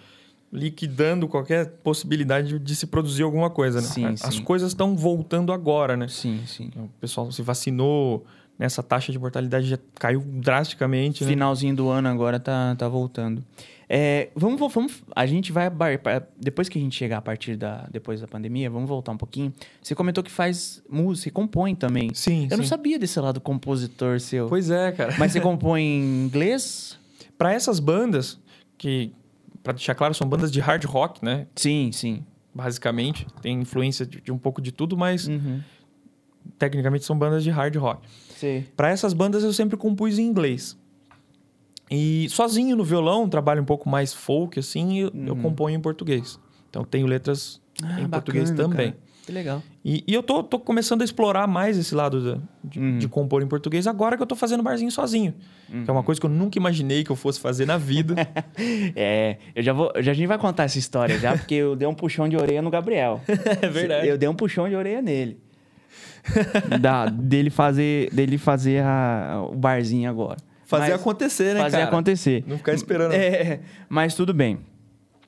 S2: que liquidando qualquer possibilidade de se produzir alguma coisa, né?
S1: Sim,
S2: A- As
S1: sim.
S2: coisas estão voltando agora, né?
S1: Sim, sim.
S2: O pessoal se vacinou, né? essa taxa de mortalidade já caiu drasticamente, né?
S1: Finalzinho do ano agora tá, tá voltando. É, vamos, vo- vamos, a gente vai bar- pa- depois que a gente chegar a partir da depois da pandemia, vamos voltar um pouquinho. Você comentou que faz música, e compõe também.
S2: Sim,
S1: Eu não
S2: sim.
S1: sabia desse lado compositor seu.
S2: Pois é, cara.
S1: Mas você compõe em inglês?
S2: Pra essas bandas, que, pra deixar claro, são bandas de hard rock, né?
S1: Sim, sim.
S2: Basicamente, tem influência de, de um pouco de tudo, mas
S1: Uhum.
S2: tecnicamente são bandas de hard rock.
S1: Sim.
S2: Pra essas bandas eu sempre compus em inglês. E sozinho no violão, um trabalho um pouco mais folk, assim, eu, eu
S1: Uhum.
S2: componho em português. Então tenho letras
S1: Ah,
S2: em Ah, português também.
S1: Que legal.
S2: E, e eu tô, tô começando a explorar mais esse lado da- de,
S1: Uhum.
S2: de compor em português agora que eu tô fazendo barzinho sozinho. Que é
S1: Uhum.
S2: uma coisa que eu nunca imaginei que eu fosse fazer na vida.
S1: É, eu já vou, já a gente vai contar essa história já, porque eu dei um puxão de orelha no Gabriel.
S2: é verdade.
S1: Eu dei um puxão de orelha nele. da, dele fazer, dele fazer a- o barzinho agora.
S2: fazer
S1: Mas-
S2: acontecer, né,
S1: fazer
S2: cara?
S1: acontecer.
S2: Não ficar esperando.
S1: É, mas tudo bem.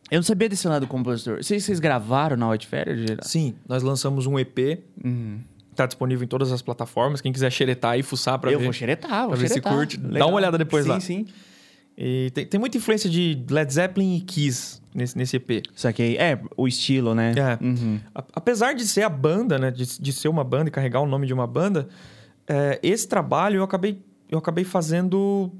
S1: Eu não sabia desse lado do compositor. Vocês, vocês gravaram na White Feather, geral?
S2: Sim, nós lançamos um EP.
S1: Tá. Uhum.
S2: Tá disponível em todas as plataformas. Quem quiser xeretar e fuçar pra
S1: eu
S2: ver.
S1: vou xeretar, vou
S2: pra ver se
S1: xeretar.
S2: curte. Dá uma olhada depois
S1: sim,
S2: lá.
S1: Sim, sim.
S2: E tem, tem muita influência de Led Zeppelin e Kiss nesse, nesse EP.
S1: Saquei. É, o estilo, né?
S2: É.
S1: Uhum.
S2: A- apesar de ser a banda, né? De, de ser uma banda e carregar o nome de uma banda, é, esse trabalho eu acabei, eu acabei fazendo.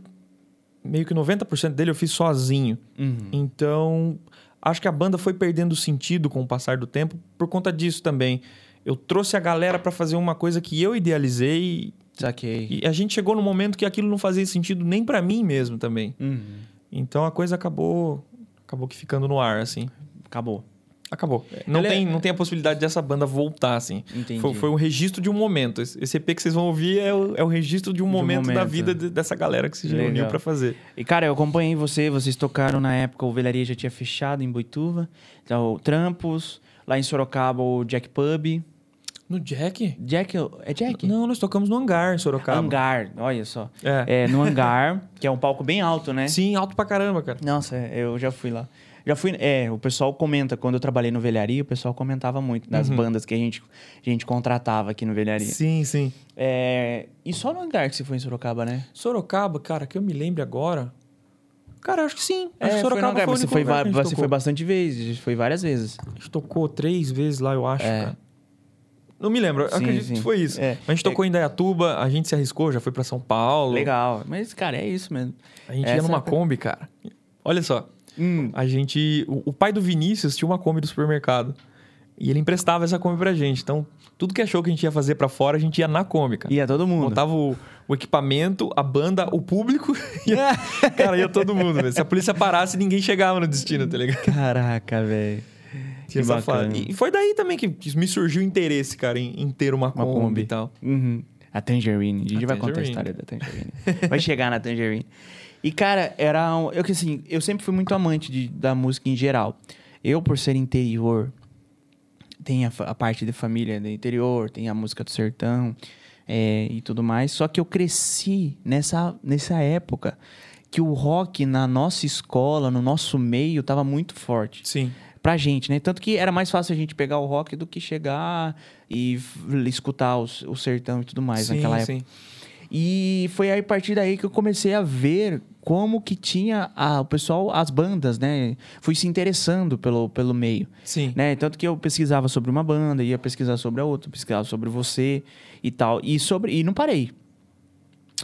S2: Meio que 90% dele eu fiz sozinho.
S1: Uhum.
S2: Então, acho que a banda foi perdendo sentido com o passar do tempo por conta disso também. Eu trouxe a galera pra fazer uma coisa que eu idealizei
S1: Saquei.
S2: e a gente chegou no momento que aquilo não fazia sentido nem pra mim mesmo também.
S1: Uhum.
S2: Então a coisa acabou acabou que ficando no ar assim.
S1: Acabou.
S2: Acabou. Não
S1: Ele é-
S2: tem, não tem a possibilidade dessa banda voltar assim.
S1: Entendi.
S2: Foi, foi um registro de um momento. Esse esse EP que vocês vão ouvir é o, é o registro de um,
S1: De um
S2: momento, da
S1: momento.
S2: vida de- dessa galera que se reuniu
S1: Legal.
S2: pra fazer.
S1: E, cara, eu acompanhei você, vocês tocaram na época, o Velaria já tinha fechado em Boituva, então, o Trampos, lá em Sorocaba, o Jack Pub.
S2: No Jack?
S1: Jack, é Jack?
S2: Não, nós tocamos no hangar em Sorocaba.
S1: Hangar, olha só.
S2: É.
S1: É, no Hangar, que é um palco bem alto, né?
S2: Sim, alto pra caramba, cara.
S1: Nossa, eu já fui lá. Já fui. É, o pessoal comenta, quando eu trabalhei no velharia, o pessoal comentava muito das bandas que a gente, a gente contratava aqui no velharia.
S2: Uhum. Sim, sim.
S1: É, e só no hangar que você foi em Sorocaba, né?
S2: Sorocaba, cara, que eu me lembre agora. Cara, acho que sim. Acho que
S1: É, foi no
S2: Sorocaba
S1: hangar.
S2: foi o
S1: você
S2: único
S1: foi,
S2: lugar
S1: va-
S2: que a gente
S1: você
S2: tocou.
S1: foi bastante vezes, foi várias vezes.
S2: A gente tocou três vezes lá, eu acho,
S1: É.
S2: cara. Não me lembro, eu
S1: Sim,
S2: acredito
S1: sim.
S2: que foi isso.
S1: É.
S2: A gente tocou em Dayatuba, a gente se arriscou, já foi pra São Paulo.
S1: Legal. Mas, cara, é isso mesmo.
S2: A gente ia
S1: Essa- é
S2: numa Kombi, cara. Olha só,
S1: Hum,
S2: a gente. O, o pai do Vinícius tinha uma Kombi do supermercado. E ele emprestava essa Kombi pra gente. Então, tudo que achou que a gente ia fazer pra fora, a gente ia na Kombi, cara.
S1: ia todo mundo.
S2: Botava o, o equipamento, a banda, o público. Ia, cara, ia todo mundo. velho. Se a polícia parasse, ninguém chegava no destino, tá ligado?
S1: Caraca, velho. Que
S2: Essa
S1: bacana.
S2: fase. E foi daí também que, que me surgiu o interesse, cara, em, em ter uma,
S1: Uma
S2: Kombi.
S1: Kombi.
S2: e tal.
S1: Uhum. A Tangerine. A gente
S2: A
S1: vai contar a
S2: Tangerine.
S1: história da Tangerine. vai chegar na Tangerine. E, cara, era um... Eu, que, assim, eu sempre fui muito amante de- da música em geral. Eu, por ser interior, tem a, fa- a parte de família do interior, tem a música do sertão é, e tudo mais. Só que eu cresci nessa, nessa época que o rock na nossa escola, no nosso meio, tava muito forte
S2: Sim.
S1: pra gente, né? Tanto que era mais fácil a gente pegar o rock do que chegar e f- escutar os- o sertão e tudo mais
S2: sim,
S1: naquela época.
S2: sim.
S1: E foi aí, a partir daí que eu comecei a ver como que tinha a- o pessoal, as bandas, né? Fui se interessando pelo, pelo meio,
S2: Sim.
S1: né? Tanto que eu pesquisava sobre uma banda, ia pesquisar sobre a outra, pesquisava sobre você e tal. E, sobre, e não parei.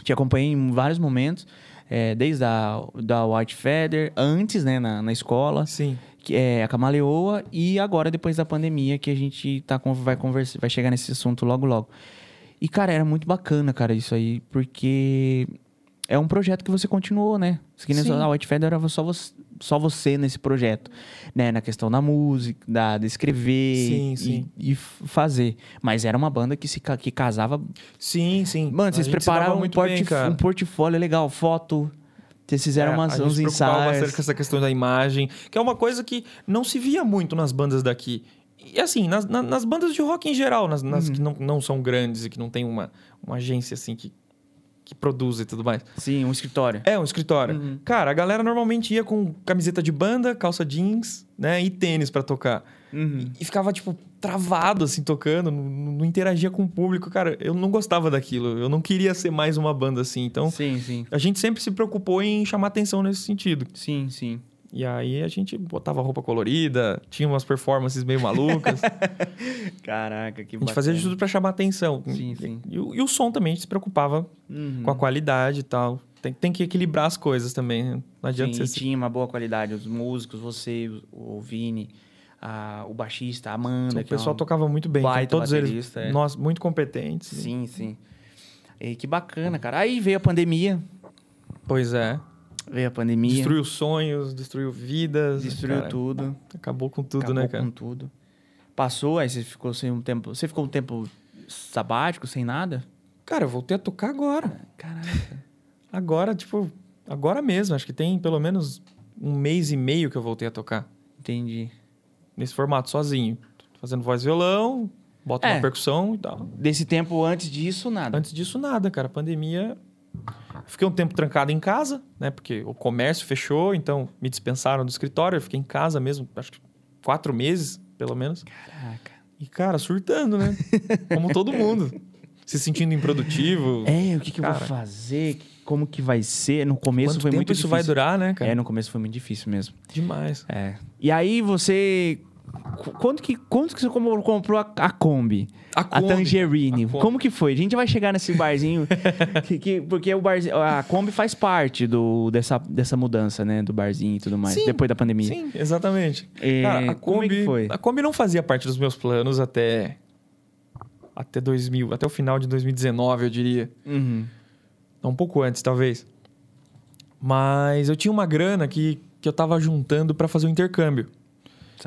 S1: Te acompanhei em vários momentos, eh, desde a da White Feather, antes, né? Na, na escola
S2: Sim.
S1: que é a Camaleoa e agora depois da pandemia que a gente tá com, vai conversar, vai chegar nesse assunto logo logo. E cara, era muito bacana, cara, isso aí, porque é um projeto que você continuou, né? Isso que nem
S2: Sim.
S1: só- a White Feather era só você, só você nesse projeto, né, na questão da música, da de escrever
S2: Sim,
S1: e,
S2: sim.
S1: e f- fazer. Mas era uma banda que se ca- que casava,
S2: Sim, sim.
S1: mano, vocês
S2: A gente se dava
S1: prepararam um,
S2: muito
S1: porti-
S2: bem, cara.
S1: um portfólio legal, foto, vocês fizeram
S2: É,
S1: umas,
S2: a gente
S1: uns
S2: se preocupava
S1: ensaios.
S2: bastante com essa questão da imagem, que é uma coisa que não se via muito nas bandas daqui. E assim, nas, na- nas bandas de rock em geral, nas, nas
S1: Uhum.
S2: que não, não são grandes e que não tem uma, uma agência assim que, que produz e tudo mais.
S1: Sim, um escritório.
S2: É, um escritório.
S1: Uhum.
S2: Cara, a galera normalmente ia com camiseta de banda, calça jeans, né? E tênis pra tocar.
S1: Uhum.
S2: E ficava, tipo, travado, assim, tocando, não, não interagia com o público. Cara, eu não gostava daquilo. Eu não queria ser mais uma banda assim. Então,
S1: Sim, sim.
S2: a gente sempre se preocupou em chamar atenção nesse sentido.
S1: Sim, sim.
S2: E aí a gente botava roupa colorida, tinha umas performances meio malucas. a
S1: Caraca, que
S2: gente fazia de tudo pra chamar atenção.
S1: Sim, sim.
S2: E, o- e o som também, a gente se preocupava
S1: Uhum.
S2: com a qualidade e tal. Tem, tem que equilibrar as coisas também. né? Não adianta
S1: Sim, e
S2: você... se-
S1: tinha uma boa qualidade. Os músicos, você, o o Vini, a- o baixista, a Amanda.
S2: tipo, O
S1: que é
S2: um pessoal
S1: uma-
S2: tocava muito bem. então
S1: baita
S2: todos eles,
S1: baterista, é.
S2: nós, muito competentes.
S1: Sim, sim. E que bacana, cara. Aí veio a pandemia.
S2: Pois é.
S1: Veio a pandemia.
S2: Destruiu sonhos, destruiu vidas.
S1: destruiu
S2: cara,
S1: tudo.
S2: Acabou com tudo,
S1: acabou
S2: né, cara?
S1: com tudo. Passou, aí você ficou sem um tempo. Você ficou um tempo sabático, sem nada?
S2: Cara, eu voltei a tocar agora.
S1: Caraca.
S2: Agora, tipo, agora mesmo. Acho que tem pelo menos um mês e meio que eu voltei a tocar.
S1: Entendi.
S2: nesse formato, sozinho. Fazendo voz e violão, bota
S1: É.
S2: uma percussão e tal.
S1: Desse tempo antes disso, nada.
S2: Antes disso, nada, cara. A pandemia. Fiquei um tempo trancado em casa, né? Porque o comércio fechou, então me dispensaram do escritório. Eu fiquei em casa mesmo, acho que quatro meses, pelo menos.
S1: Caraca.
S2: E, cara, surtando, né? Como todo mundo. Se sentindo improdutivo.
S1: É, o que, que eu vou
S2: Cara.
S1: fazer? Como que vai ser? No começo
S2: Quanto
S1: foi
S2: tempo
S1: muito
S2: isso
S1: difícil.
S2: vai durar, né, cara?
S1: É, no começo foi muito difícil mesmo.
S2: Demais.
S1: É. E aí você. qu- Quanto que, quanto que você com- comprou a, a Kombi?
S2: A
S1: A
S2: Kombi.
S1: Tangerine.
S2: A Kombi.
S1: Como que foi? A gente vai chegar nesse barzinho. que- que- porque o barzinho, a Kombi faz parte do, dessa, dessa mudança, né? Do barzinho e tudo mais.
S2: Sim,
S1: depois da pandemia.
S2: Sim, exatamente.
S1: É,
S2: Cara, a
S1: como é
S2: Kombi,
S1: que foi?
S2: a Kombi não fazia parte dos meus planos até até 2000, até o final de 2019, eu diria.
S1: Uhum.
S2: Um pouco antes, talvez. Mas eu tinha uma grana que, que eu tava juntando para fazer o intercâmbio.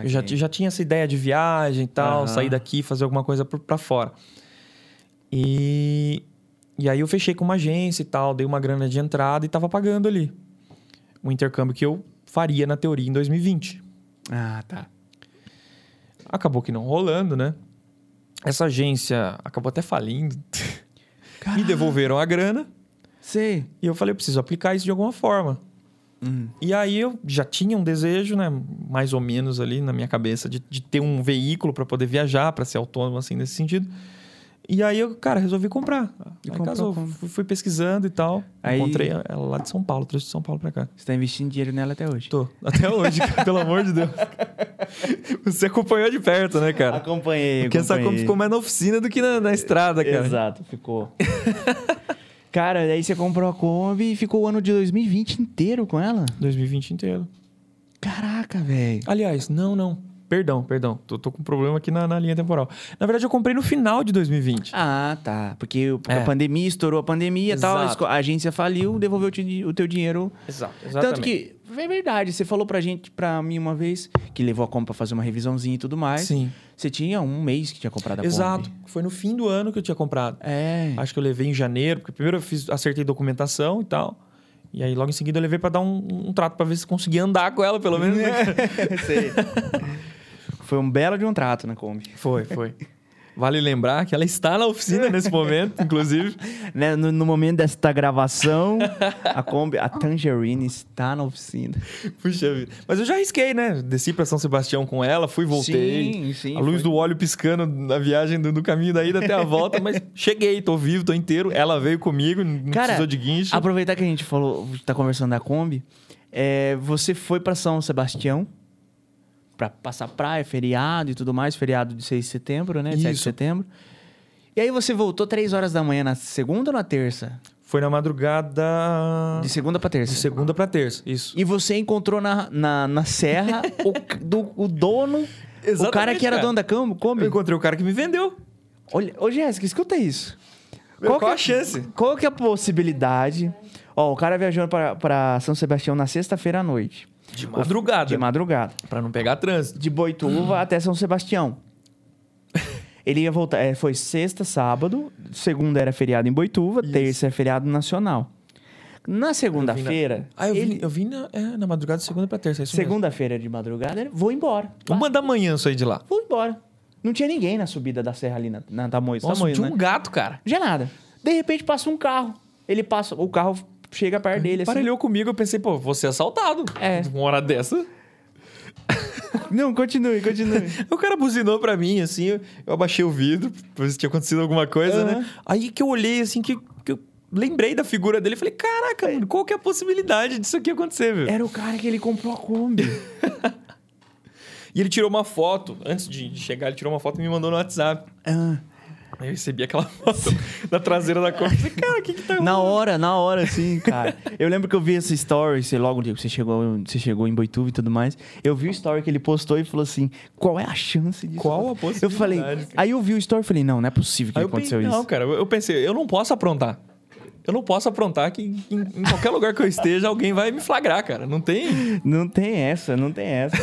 S2: Eu já, ti- já tinha essa ideia de viagem e tal,
S1: Tá Aham.
S2: sair daqui, fazer alguma coisa pro- pra fora. E, e aí eu fechei com uma agência e tal, dei uma grana de entrada e tava pagando ali. Um intercâmbio que eu faria, na teoria, em 2020.
S1: Ah, tá.
S2: Acabou que não rolando, né? Essa agência acabou até falindo. Me devolveram a grana
S1: Sei.
S2: e eu falei, eu preciso aplicar isso de alguma forma.
S1: Hum.
S2: E aí eu já tinha um desejo, né, mais ou menos ali na minha cabeça, de, de ter um veículo para poder viajar, para ser autônomo assim nesse sentido. E aí eu, cara, resolvi comprar.
S1: E
S2: E aí
S1: comprou
S2: casou,
S1: como?
S2: fui, fui pesquisando e tal.
S1: Aí-
S2: Encontrei ela lá de São Paulo, trouxe de São Paulo para cá.
S1: Você tá investindo dinheiro nela até hoje.
S2: Tô, até hoje, cara, pelo amor de Deus. Você acompanhou de perto, né, cara?
S1: Acompanhei,
S2: Porque essa compra ficou mais na oficina do que na, na estrada, cara.
S1: Exato, ficou. cara, aí você comprou a Kombi e ficou o ano de 2020 inteiro com ela?
S2: 2020 inteiro.
S1: Caraca, velho.
S2: Aliás, não, não. Perdão, perdão. Tô, tô com um problema aqui na, na linha temporal. Na verdade, eu comprei no final de 2020.
S1: Ah, tá. Porque o-
S2: É.
S1: a pandemia estourou a pandemia e tal, a
S2: Exato.
S1: esco- a agência faliu, devolveu o ti- o teu dinheiro.
S2: Exato,
S1: Tanto que, é verdade, você falou pra gente, pra mim uma vez, que levou a Kombi pra fazer uma revisãozinha e tudo mais.
S2: Sim,
S1: Você tinha um mês que tinha comprado a Kombi.
S2: exato. Foi no fim do ano que eu tinha comprado.
S1: É.
S2: Acho que eu levei em janeiro, porque primeiro eu fiz, acertei documentação e tal. E aí, logo em seguida, eu levei pra dar um, um trato pra ver se conseguia andar com ela, pelo menos. né?
S1: É. Sei. Foi um belo de um trato na Kombi.
S2: Foi, foi. Vale lembrar que ela está na
S1: É.
S2: oficina nesse momento, inclusive.
S1: Né, No, no momento desta gravação, a Kombi, a Tangerine está na oficina.
S2: Puxa vida. Mas eu já arrisquei, né? Desci pra São Sebastião com ela, fui, voltei.
S1: Sim, sim.
S2: a luz do óleo piscando na viagem do, do caminho da ida até a volta, mas cheguei, tô vivo, tô inteiro. Ela veio comigo, não
S1: Cara,
S2: precisou de guincho.
S1: Aproveitar que a gente falou, tá conversando da Kombi. é, você foi pra São Sebastião pra passar praia, feriado e tudo mais, feriado de 6 de setembro, né? De 7 de
S2: Isso.
S1: setembro. E aí você voltou 3 horas da manhã na segunda ou na terça?
S2: Foi na madrugada.
S1: De segunda pra terça.
S2: De segunda pra terça, isso.
S1: E você encontrou na, na, na serra o, c- do, o dono, o
S2: Exatamente,
S1: cara que era
S2: cara.
S1: dono da Kombi. Kombi.
S2: Eu encontrei o cara que me vendeu.
S1: Olha, ô Jéssica, escuta isso.
S2: Meu, qual
S1: que
S2: a chance?
S1: Qual que é a possibilidade? Ó, o cara viajou pra- pra São Sebastião na sexta-feira à noite.
S2: De madrugada.
S1: De madrugada.
S2: Pra não pegar trânsito.
S1: De Boituva até São Sebastião. Ele ia voltar. é, foi sexta, sábado. Segunda era feriado em Boituva. Terça é feriado nacional. Na segunda-feira.
S2: Ah, eu
S1: ele-
S2: vim, eu vim na, é, na madrugada de segunda pra terça, é isso mesmo.
S1: Segunda-feira de madrugada, ele, vou embora. Vá,
S2: Uma da manhã eu saí de lá.
S1: Vou embora. Não tinha ninguém na subida da serra ali na, na Tamoios.
S2: Nossa,
S1: Tamoios,
S2: tinha
S1: né?
S2: um gato, cara.
S1: Não tinha nada. De repente passa um carro. Ele passa. O carro chega perto dele assim.
S2: Parelhou comigo, eu pensei, pô, vou ser assaltado.
S1: É.
S2: Uma hora dessa.
S1: Não, continue, continue.
S2: O cara buzinou pra mim, assim, eu- eu abaixei o vidro, pra ver se tinha acontecido alguma coisa,
S1: Aham.
S2: né? Aí que eu olhei, assim, que, que eu lembrei da figura dele, falei, caraca, mano, qual que é a possibilidade disso aqui acontecer, velho?
S1: Era o cara que ele comprou a Kombi.
S2: E ele tirou uma foto, antes de de chegar, ele tirou uma foto e me mandou no WhatsApp.
S1: Ah.
S2: Aí eu recebi aquela foto da traseira da Kombi, falei, cara, o que que tá
S1: Na hora, na hora, sim, cara. eu lembro que eu vi essa story, você logo que você chegou, você chegou em Boituva e tudo mais. Eu vi o story que ele postou e falou assim: qual é a chance disso?
S2: Qual a
S1: Eu falei,
S2: possibilidade,
S1: aí eu vi o story e falei, não, não é possível que
S2: Aí eu
S1: aconteceu
S2: pensei,
S1: isso.
S2: Não, cara, eu eu pensei, eu não posso aprontar. Eu não posso aprontar que em, em qualquer lugar que eu esteja, alguém vai me flagrar, cara. Não tem.
S1: Não tem essa, não tem essa.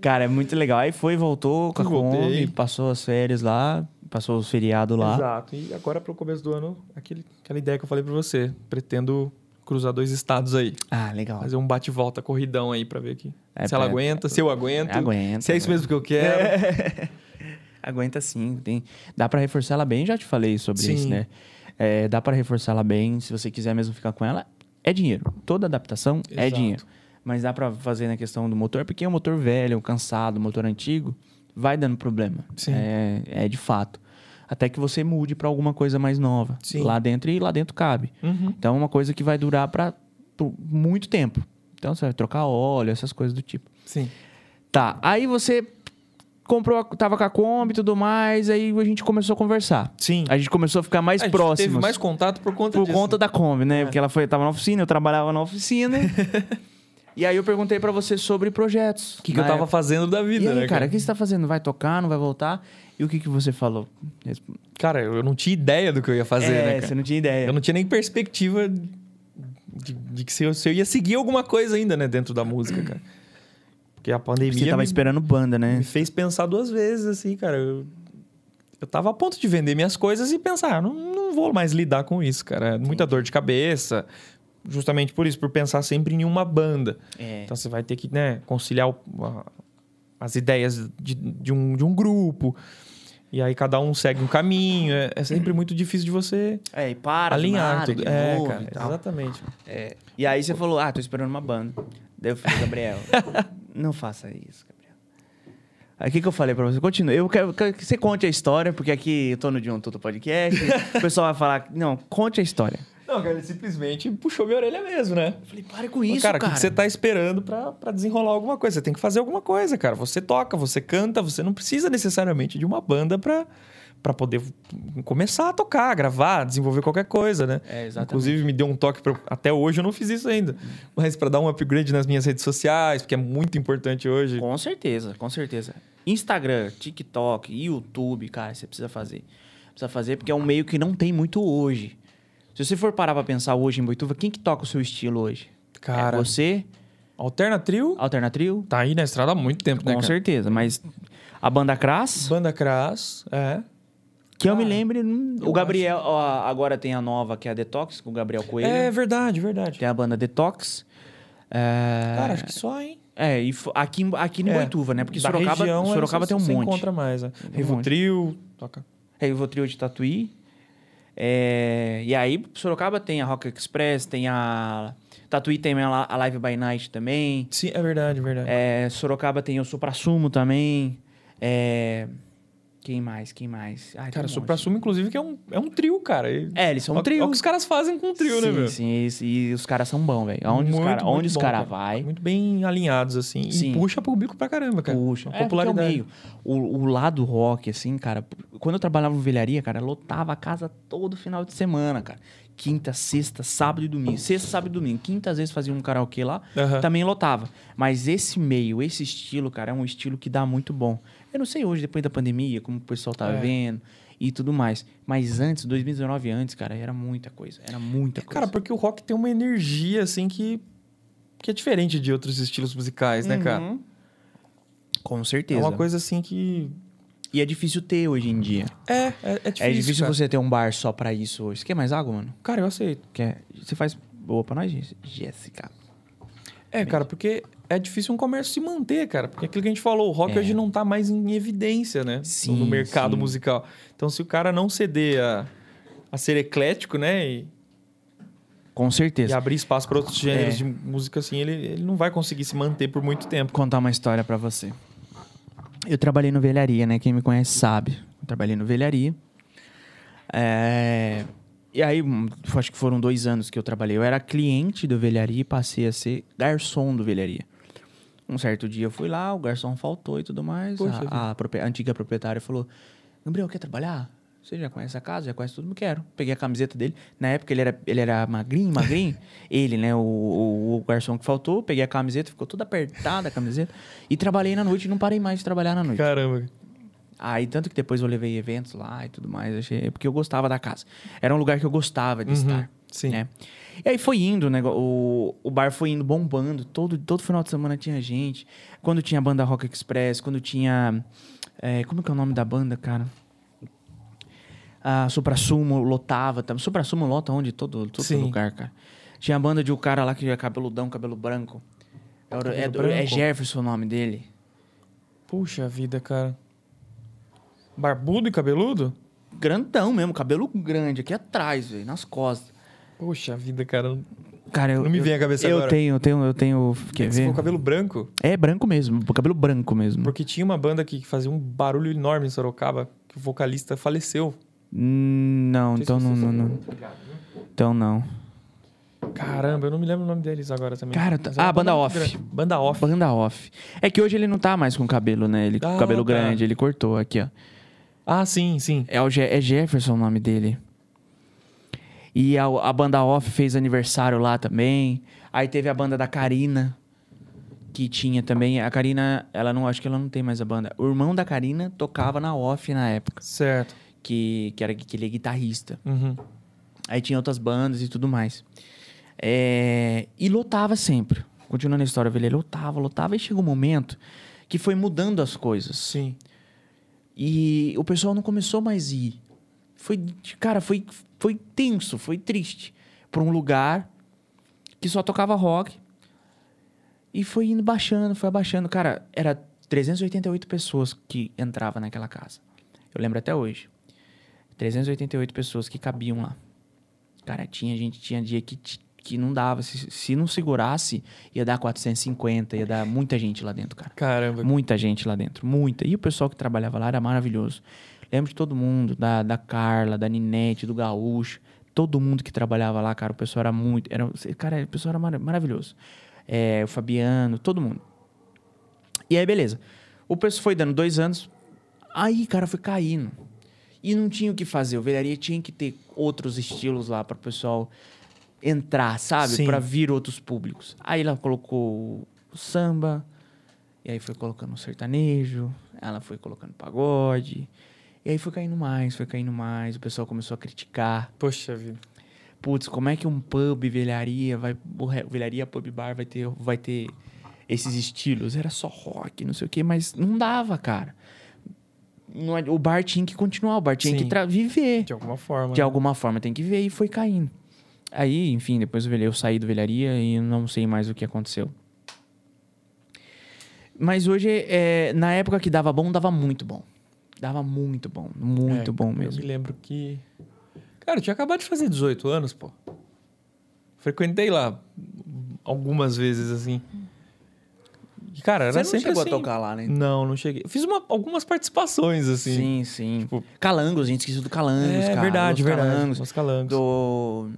S1: cara, é muito legal. Aí foi, voltou com a
S2: Voltei.
S1: Kombi, passou as férias lá, passou os feriados lá.
S2: Exato. E agora, pro começo do ano, aquele, aquela ideia que eu falei pra você. Pretendo cruzar dois estados aí.
S1: Ah, legal.
S2: Fazer um bate-volta, corridão aí pra ver aqui.
S1: É,
S2: se ela
S1: pra-
S2: aguenta, se eu aguento.
S1: Aguenta, né?
S2: Se é isso mesmo que eu quero.
S1: Aguenta sim, tem, dá pra reforçar ela bem, já te falei sobre
S2: Sim.
S1: isso, né? É, dá pra reforçar ela bem, se você quiser mesmo ficar com ela, é dinheiro. Toda adaptação é
S2: Exato.
S1: dinheiro. Mas dá pra fazer na questão do motor, porque é um motor velho, cansado, motor antigo, vai dando problema.
S2: Sim.
S1: É, é de fato. Até que você mude pra alguma coisa mais nova.
S2: Sim.
S1: Lá dentro e lá dentro cabe.
S2: Uhum.
S1: Então é uma coisa que vai durar pra por muito tempo. Então você vai trocar óleo, essas coisas do tipo.
S2: Sim.
S1: Tá, aí você comprou, a- tava com a Kombi e tudo mais, aí a gente começou a conversar.
S2: Sim.
S1: A gente começou a ficar mais
S2: A gente
S1: próximos.
S2: Teve mais contato por conta
S1: Por
S2: disso. É.
S1: conta da Kombi, né? Porque ela foi, tava na oficina, eu trabalhava na oficina. e aí eu perguntei pra você sobre projetos.
S2: O que, que eu
S1: Na
S2: tava
S1: época.
S2: fazendo da vida,
S1: E aí,
S2: né,
S1: cara, o que você tá fazendo? Vai tocar, não vai voltar? E o que, que você falou? Resp-
S2: Cara, eu não tinha ideia do que eu ia fazer,
S1: é,
S2: né, cara?
S1: você não tinha ideia.
S2: Eu não tinha nem perspectiva de, de que se eu, se eu ia seguir alguma coisa ainda, né, dentro da música, cara. Porque a
S1: Você
S2: pandemia
S1: tava
S2: me,
S1: esperando banda, né?
S2: me fez pensar duas vezes, assim, cara. Eu, eu tava a ponto de vender minhas coisas e pensar, "Ah, não, não vou mais lidar com isso, cara. É Muita dor de cabeça. Justamente por isso, por pensar sempre em uma banda.
S1: É.
S2: Então você vai ter que né, conciliar o- a- as ideias de, de um, de um grupo. E aí cada um segue um caminho. É, é sempre muito difícil de você
S1: É, e para, do
S2: alinhar
S1: nada,
S2: tudo.
S1: de
S2: É,
S1: novo
S2: cara,
S1: e tal.
S2: exatamente.
S1: E aí você falou, ah, tô esperando uma banda. Daí eu falei, Gabriel, não faça isso, Gabriel. Aí o que, que eu falei pra você? Continua. Eu quero, quero que você conte a história, porque aqui eu tô no John Tuto Podcast. o pessoal vai falar, não, conte a história.
S2: Não, cara, ele simplesmente puxou minha orelha mesmo, né?
S1: Eu falei, pare com isso,
S2: cara,
S1: cara.
S2: o que que você tá esperando pra, pra desenrolar alguma coisa? Você tem que fazer alguma coisa, cara. Você toca, você canta, você não precisa necessariamente de uma banda pra, pra poder começar a tocar, gravar, desenvolver qualquer coisa, né?
S1: É, exatamente.
S2: Inclusive, me deu um toque. Pra... Até hoje eu não fiz isso ainda. Mas pra dar um upgrade nas minhas redes sociais, porque é muito importante hoje.
S1: Com certeza, com certeza. Instagram, TikTok, YouTube, cara, você precisa fazer. Precisa fazer porque é um meio que não tem muito hoje. Se você for parar pra pensar hoje em Boituva, quem que toca o seu estilo hoje?
S2: Cara,
S1: É você,
S2: Alterna Trio
S1: Alternatrio?
S2: tá aí na estrada há muito tempo, né,
S1: Com
S2: cara?
S1: certeza, mas a banda Crass,
S2: Banda Crass, é.
S1: que eu me
S2: Cara,
S1: lembre, hum,
S2: eu
S1: o Gabriel ó, agora tem a nova que é a Detox, com o Gabriel Coelho.
S2: É verdade, verdade.
S1: Tem a banda Detox. É,
S2: Cara, acho que só, hein?
S1: é e fo- aqui, em- aqui em
S2: É,
S1: Boituva, né? Porque
S2: da
S1: Sorocaba,
S2: região, é
S1: Sorocaba
S2: você-
S1: tem um
S2: você
S1: monte.
S2: encontra mais, né?
S1: Tem um
S2: Rivotril, toca.
S1: É, eu vou trio de Tatuí. É, e aí, Sorocaba tem a Rock Express, tem a. Tatuí tem a La- a Live by Night também.
S2: Sim, é verdade, é verdade.
S1: É, Sorocaba tem o Supra Sumo também. É, quem mais? Quem mais? Ai, tem
S2: cara,
S1: um
S2: o
S1: monte.
S2: Supra Sumo, inclusive, que é um, é um trio, cara. E-
S1: É, eles são
S2: Olha-
S1: um trio.
S2: Olha o que os caras fazem com um trio, né,
S1: sim,
S2: meu?
S1: Sim, isso, e os caras são bons, velho. Onde os
S2: Muito,
S1: caras
S2: muito
S1: onde os
S2: bom,
S1: cara
S2: cara.
S1: vai,
S2: Muito bem alinhados, assim.
S1: Sim.
S2: E puxa público pra caramba, cara.
S1: puxa.
S2: Uma
S1: É, porque é o meio. O, o lado rock, assim, cara. Quando eu trabalhava em velharia, cara, lotava a casa todo final de semana, cara. Quinta, sexta, sábado e domingo. Sexta, sábado e domingo. Quinta, às vezes, fazia um karaokê lá.
S2: Aham.
S1: Também lotava. Mas esse meio, esse estilo, cara, é um estilo que dá muito bom. Eu não sei hoje, depois da pandemia, como o pessoal tá
S2: É.
S1: vendo e tudo mais. Mas antes, 2019 antes, cara, era muita coisa. Era muita coisa.
S2: Cara, porque o rock tem uma energia, assim, que, que é diferente de outros estilos musicais, né, cara?
S1: Uhum. Com
S2: É
S1: certeza.
S2: uma coisa, assim, que...
S1: E é difícil ter hoje em dia.
S2: É, é, é difícil,
S1: é difícil
S2: cara.
S1: você ter um bar só pra isso hoje. Você quer mais água, mano?
S2: Cara, eu aceito.
S1: Quer? Você faz boa pra nós, Jess- Jéssica.
S2: É, cara, porque é difícil um comércio se manter, cara. Porque aquilo que a gente falou, o rock
S1: É.
S2: hoje não tá mais em evidência, né?
S1: Sim,
S2: no mercado
S1: sim.
S2: musical. Então, se o cara não ceder a, a ser eclético, né? E,
S1: Com
S2: e
S1: certeza.
S2: abrir espaço para outros gêneros
S1: É.
S2: de música, assim, ele, ele não vai conseguir se manter por muito tempo.
S1: contar uma história pra você. Eu trabalhei no velharia, né? Quem me conhece sabe. Eu trabalhei no velharia. É, E aí, hum, acho que foram dois anos que eu trabalhei. Eu era cliente do velharia e passei a ser garçom do velharia. Um certo dia eu fui lá, o garçom faltou e tudo mais.
S2: Poxa
S1: A-
S2: vida.
S1: a, proprietária- a antiga proprietária falou: Gabriel, quer trabalhar? Você já conhece a casa, já conhece tudo, não quero. Peguei a camiseta dele. Na época ele era, ele era magrinho, magrinho. ele, né, o, o, o garçom que faltou. Peguei a camiseta, ficou toda apertada a camiseta. E trabalhei na noite, não parei mais de trabalhar na noite.
S2: Caramba.
S1: Aí, tanto que depois eu levei eventos lá e tudo mais, achei, é porque eu gostava da casa. Era um lugar que eu gostava de
S2: Uhum,
S1: estar.
S2: sim.
S1: né? E aí foi indo, né? O, o bar foi indo bombando. Todo, todo final de semana tinha gente. Quando tinha a banda Rock Express, quando tinha. é, como que é o nome da banda, cara? A Supra Sumo lotava também. Supra Sumo lota onde? Todo, todo
S2: Sim.
S1: lugar, cara. Tinha a banda de um cara lá que era cabeludão, cabelo branco. Era-
S2: Cabelo
S1: é, do- é
S2: branco?
S1: Jefferson o nome dele.
S2: Puxa vida, cara. Barbudo e cabeludo?
S1: grandão mesmo, cabelo grande aqui atrás, velho, nas costas.
S2: Poxa vida, cara.
S1: Cara, eu.
S3: Não me
S1: eu,
S3: vem a cabeça
S1: eu
S3: agora.
S1: tenho, eu tenho, eu tenho.
S2: É
S1: Quer ver?
S3: Você
S1: Hum.
S3: ficou com cabelo branco.
S1: É branco mesmo, cabelo branco mesmo.
S2: Porque tinha uma banda que fazia um barulho enorme em Sorocaba, que o vocalista faleceu.
S1: Hum, Não,
S2: Não sei
S1: então
S2: se
S1: não,
S2: você
S1: não, não.
S2: né?
S1: Então não.
S2: Caramba, eu não me lembro o nome deles agora também.
S1: Cara, tá-
S2: Mas era
S1: ah,
S2: uma
S1: Banda
S2: muito
S1: Off.
S2: grande. Banda Off.
S1: Banda off. É que hoje ele não tá mais com cabelo, né? Ele com
S2: Ah,
S1: cabelo
S2: tá.
S1: grande, ele cortou aqui, ó.
S2: Ah, sim, sim.
S1: É, o Je- é Jefferson o nome dele. E a, a banda Off fez aniversário lá também. Aí teve a banda da Karina, que tinha também. A Karina, ela não, acho que ela não tem mais a banda. O irmão da Karina tocava na Off na época,
S2: Certo.
S1: que, que, era, que ele é guitarrista.
S2: Uhum.
S1: Aí tinha outras bandas e tudo mais. É, E lotava sempre. Continuando a história, velho, lotava, lotava. E chegou um momento que foi mudando as coisas.
S2: Sim.
S1: E o pessoal não começou mais a ir. Foi, cara, foi, foi tenso, foi triste. Pra um lugar que só tocava rock. E foi indo baixando, foi abaixando. Cara, era 388 pessoas que entravam naquela casa. Eu lembro até hoje. 388 pessoas que cabiam lá. Cara, tinha gente, tinha dia que, ti- que não dava. Se, se não segurasse, ia dar 450, ia dar muita gente lá dentro, cara.
S2: Caramba.
S1: Muita gente lá dentro, muita. E o pessoal que trabalhava lá era maravilhoso. Lembro de todo mundo, da, da Carla, da Ninete, do Gaúcho, todo mundo que trabalhava lá, cara. O pessoal era muito. Era, cara, o pessoal era mara- maravilhoso. É, o Fabiano, todo mundo. E aí, beleza. O preço foi dando dois anos. Aí, cara, foi caindo. E não tinha o que fazer. O velharia tinha que ter outros estilos lá para o pessoal entrar, sabe?
S2: Sim.
S1: Para vir outros públicos. Aí ela colocou o samba. E aí foi colocando o sertanejo. Ela foi colocando pagode. E aí foi caindo mais, foi caindo mais. O pessoal começou a criticar.
S2: Poxa vida.
S1: Putz, como é que um pub, velharia, vai, borra- velharia, pub bar vai ter, vai ter esses estilos? Era só rock, não sei o quê, mas não dava, cara. Não ad- o bar tinha que continuar, o bar tinha que
S2: Sim.
S1: tra- viver.
S2: De alguma forma.
S1: De
S2: né?
S1: alguma forma tem que ver e foi caindo. Aí, enfim, depois eu velhei- eu saí do velharia e não sei mais o que aconteceu. Mas hoje, é, na época que dava bom, dava muito bom. Dava muito bom, muito
S2: É,
S1: bom
S2: Eu
S1: mesmo.
S2: me lembro que. Cara, eu tinha acabado de fazer 18 anos, pô. Frequentei lá algumas vezes, assim. E, cara, era sempre assim.
S1: lá, né?
S2: Não, não cheguei. Eu Fiz uma- algumas participações, assim.
S1: Sim, sim.
S2: Tipo-
S1: Calangos, a gente esqueceu do Calangos,
S2: É
S1: cara.
S2: verdade,
S1: Los
S2: verdade.
S1: Calangos.
S2: Los Calangos.
S1: Do.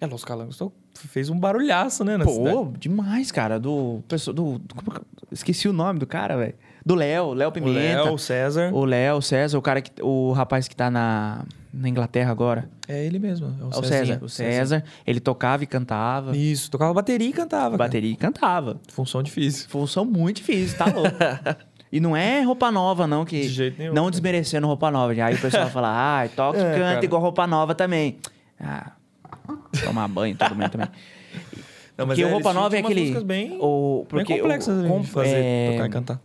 S2: É, Los Calangos então, fez um barulhaço, né? Na
S1: Pô,
S2: cidade.
S1: demais, cara. Do. pessoa- do, do- como é que- esqueci o nome do cara, velho. Do Léo, Léo
S2: O
S1: Pimenta.
S2: Léo, o César.
S1: O Léo, o César, o cara que. O rapaz que tá na, na Inglaterra agora.
S2: É ele mesmo. É o,
S1: É O
S2: Cezinha.
S1: César. O César. Ele tocava e cantava.
S2: Isso, tocava bateria e cantava. cara.
S1: bateria e cantava.
S2: Função difícil.
S1: Função um muito difícil, tá louco. e não é roupa nova, não, que.
S2: De jeito nenhum. né?
S1: Não desmerecendo roupa nova. Aí o pessoal fala, ah, toca e
S2: É,
S1: canta
S2: cara.
S1: igual roupa nova também. Ah, tomar banho todo mundo também.
S2: Não,
S1: porque
S2: é,
S1: o
S2: eles
S1: roupa nova é
S2: tinham umas
S1: aquele.
S2: músicas Bem,
S1: o,
S2: bem
S1: porque o-
S2: complexas assim, de
S1: com-
S2: fazer,
S1: é,
S2: tocar e cantar.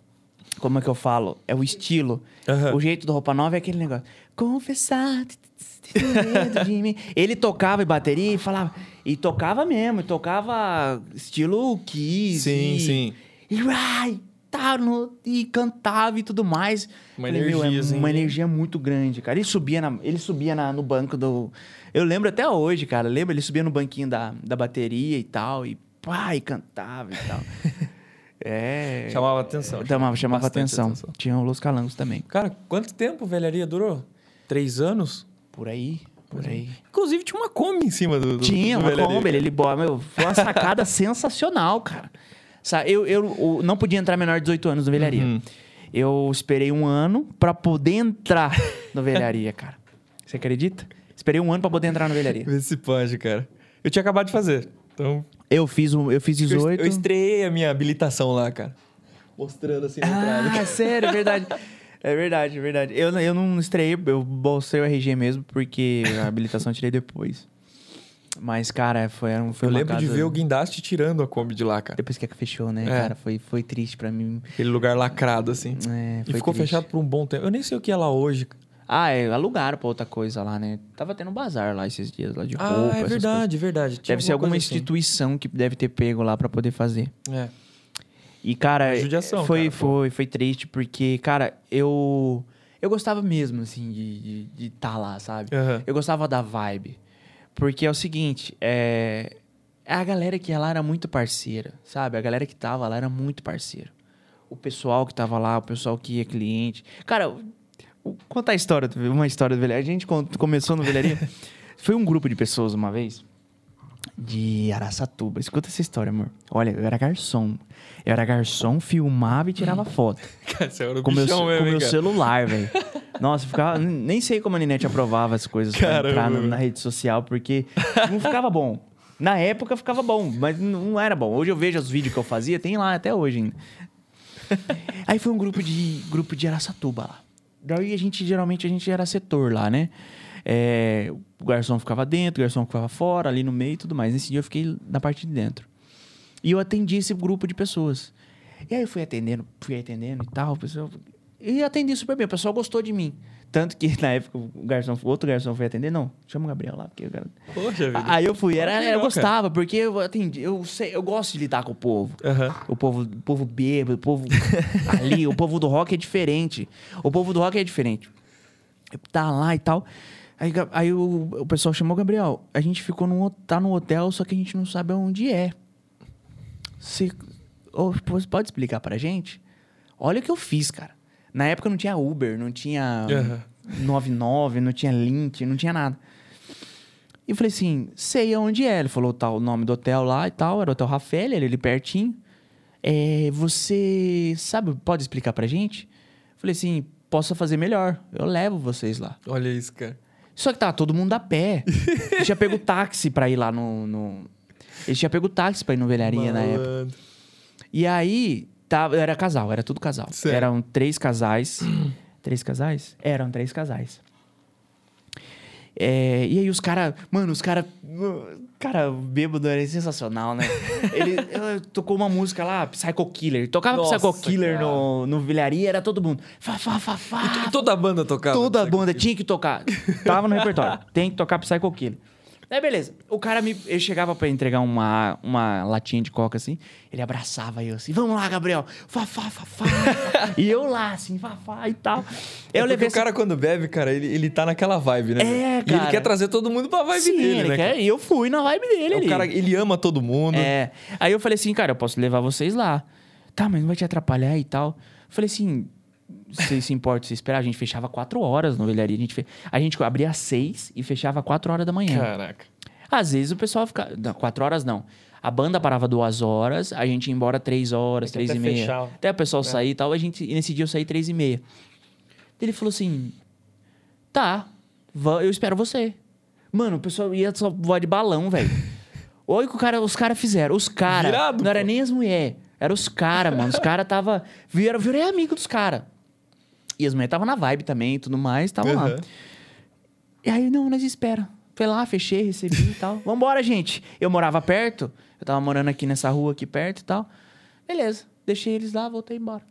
S1: Como é que eu falo? É o estilo.
S2: Aham.
S1: O jeito do roupa nova é aquele negócio. Confessar. t- t- t- medo de mim. Ele tocava e bateria e falava. E tocava mesmo, e tocava estilo Kiss.
S2: Sim,
S1: e,
S2: sim.
S1: E, ai, tá no, e cantava e tudo mais.
S2: Uma
S1: Falei, meu, é
S2: energia, assim,
S1: Uma
S2: né?
S1: energia muito grande, cara. Ele subia, na, ele subia na- no banco do. Eu lembro até hoje, cara. Lembra? Ele subia no banquinho da, da bateria e tal. E pá, e cantava e tal. é.
S2: Chamava atenção.
S1: Chamava, chamava
S2: Bastante
S1: atenção. Tinha o Los Calangos também.
S2: Cara, quanto tempo a velharia durou? Três anos?
S1: Por aí, por aí.
S2: Inclusive tinha uma Kombi em cima do. do
S1: Tinha
S2: do
S1: uma
S2: velharia.
S1: Kombi, ele, ele bo- meu, foi uma sacada sensacional, cara. Sa- Eu, eu, o- não podia entrar menor de 18 anos no velharia. Eu esperei um ano pra poder entrar no velharia, cara. Você acredita? Esperei um ano pra poder entrar no velharia.
S2: Vê se pode, cara. Eu tinha acabado de fazer. Então.
S1: Eu fiz, um, eu fiz
S2: eu est-
S1: 18.
S2: Eu estreiei a minha habilitação lá, cara. Mostrando assim a entrada.
S1: Ah, sério, é verdade. É verdade, é verdade. Eu, eu não estreiei, eu bolsei o RG mesmo, porque a habilitação eu tirei depois. Mas, cara, foi, era um- foi
S2: Eu
S1: uma
S2: lembro de
S1: casa-
S2: ver o guindaste tirando a Kombi de lá, cara.
S1: Depois que fechou, né,
S2: É.
S1: cara? Foi, foi triste pra mim.
S2: Aquele lugar lacrado, assim.
S1: É,
S2: e
S1: foi
S2: ficou
S1: triste.
S2: fechado por um bom tempo. Eu nem sei o que é lá hoje. cara.
S1: Ah, é, alugaram pra outra coisa lá, né? Tava tendo um bazar lá esses dias, lá de roupa.
S2: Ah, é
S1: essas coisas.
S2: verdade, é verdade. Tinha
S1: Deve ser alguma
S2: coisa assim.
S1: instituição que deve ter pego lá pra poder fazer.
S2: É.
S1: E, cara,
S2: Uma É judiação,
S1: foi,
S2: cara, pô.
S1: foi, foi triste, porque, cara, eu. Eu gostava mesmo, assim, de estar de, tá lá, sabe?
S2: Aham.
S1: Eu gostava da vibe. Porque é o seguinte, é. A galera que ia lá era muito parceira, sabe? A galera que tava lá era muito parceira. O pessoal que tava lá, o pessoal que ia cliente. Cara, o- o- contar a história, do- uma história do velharia. A gente con- começou no velharia. Foi um grupo de pessoas uma vez de Araçatuba. Escuta essa história, amor. Olha, eu era garçom. Eu era garçom, filmava e tirava foto.
S2: Cara, você era o
S1: Com meu,
S2: bichão
S1: ce-
S2: mesmo,
S1: com
S2: hein,
S1: meu
S2: cara?
S1: celular, velho. Nossa, eu ficava, n- nem sei como a Ninete aprovava as coisas pra
S2: Caramba,
S1: entrar na,
S2: velho.
S1: na rede social, porque não ficava bom. Na época ficava bom, mas n- não era bom. Hoje eu vejo os vídeos que eu fazia, tem lá até hoje ainda. Aí foi um grupo de grupo de Araçatuba lá. Daí a gente, geralmente, a gente era setor lá, né? É, o garçom ficava dentro, o garçom ficava fora, ali no meio e tudo mais. Nesse dia eu fiquei na parte de dentro. E eu atendi esse grupo de pessoas. E aí eu fui atendendo, fui atendendo e tal, o pessoal. E atendi super bem, o pessoal gostou de mim. Tanto que na época o garçom, o outro garçom foi atender, não, chama o Gabriel lá, porque o cara.
S2: Poxa vida.
S1: Aí eu fui, era,
S2: Olha que
S1: eu
S2: legal,
S1: gostava, porque eu atendi, eu sei, eu gosto de lidar com o povo.
S2: Aham.
S1: O povo, o povo bêbado, o povo ali, o povo do rock é diferente. O povo do rock é diferente. Tá lá e tal. Aí, Ga- aí o, o pessoal chamou o Gabriel. A gente ficou num, ho- tá no hotel, só que a gente não sabe onde é. Você, ô, pô, você pode explicar pra gente? Olha o que eu fiz, cara. Na época não tinha Uber, não tinha
S2: Aham.
S1: 99, não tinha Link, não tinha nada. E eu falei assim, sei aonde é. Ele falou tal, o nome do hotel lá e tal, era o Hotel Rafael, ele ali pertinho. É, você sabe, pode explicar pra gente? Eu falei assim, posso fazer melhor, eu levo vocês lá.
S2: Olha isso, cara.
S1: Só que tava todo mundo a pé. Ele tinha pego táxi pra ir lá no... no... Ele tinha pego táxi pra ir no Velharia na época.
S2: Malandro.
S1: E aí, tava, era casal, era tudo casal.
S2: Certo.
S1: Eram três casais. três casais? Eram três casais. É, e aí os caras, mano, os caras. Cara, bêbado era sensacional, né? Ele eh, tocou uma música lá, Psycho Killer. Tocava
S2: Nossa,
S1: Psycho Killer
S2: cara.
S1: no, no Vilharia, era todo mundo. Fá, fá, fá, fá.
S2: E toda a banda tocava.
S1: Toda a
S2: sabe?
S1: banda tinha que tocar. Tava no repertório. Tem que tocar Psycho Killer. Aí, beleza. O cara me. Eu chegava pra entregar uma, uma latinha de coca assim. Ele abraçava eu assim: Vamos lá, Gabriel. Fá, fá, fá, fá. e eu lá, assim, fá, fá e tal.
S2: É
S1: eu
S2: porque
S1: levei assim,
S2: o cara, quando bebe, cara, ele, ele tá naquela vibe, né?
S1: É,
S2: E ele
S1: cara.
S2: quer trazer todo mundo pra vibe
S1: essa- Sim,
S2: dele,
S1: ele
S2: né?
S1: quer-
S2: cara?
S1: E eu fui na vibe dele.
S2: É,
S1: ali.
S2: o cara, ele ama todo mundo.
S1: É. Aí eu falei assim, cara, eu posso levar vocês lá. Tá, mas não vai te atrapalhar e tal. Falei assim, vocês se importam se esperar? A gente fechava quatro horas no velharia. A gente, fe... a gente abria às seis e fechava quatro horas da manhã.
S2: Caraca.
S1: Às vezes o pessoal ficava... Não, quatro horas não. A banda parava duas horas, a gente ia embora três horas,
S2: É que
S1: três
S2: até
S1: e meia.
S2: fechar. né?
S1: Até o pessoal sair e tal. A gente, e nesse dia eu saí três e meia. Ele falou assim, tá, va- eu espero você. Mano, o pessoal ia só voar de balão, velho. Olha o que o cara, os caras fizeram. Os caras.
S2: Virado,
S1: Não era
S2: pô.
S1: nem as mulheres. Era os caras, mano. Os caras tava. Vieram, virei amigo dos caras. E as mulheres tava na vibe também e tudo mais, tava lá.
S2: Aham.
S1: E aí, não, nós espera. Fui lá, fechei, recebi e tal. Vambora, gente. Eu morava perto. Eu tava morando aqui nessa rua aqui perto e tal. Beleza. Deixei eles lá, voltei embora.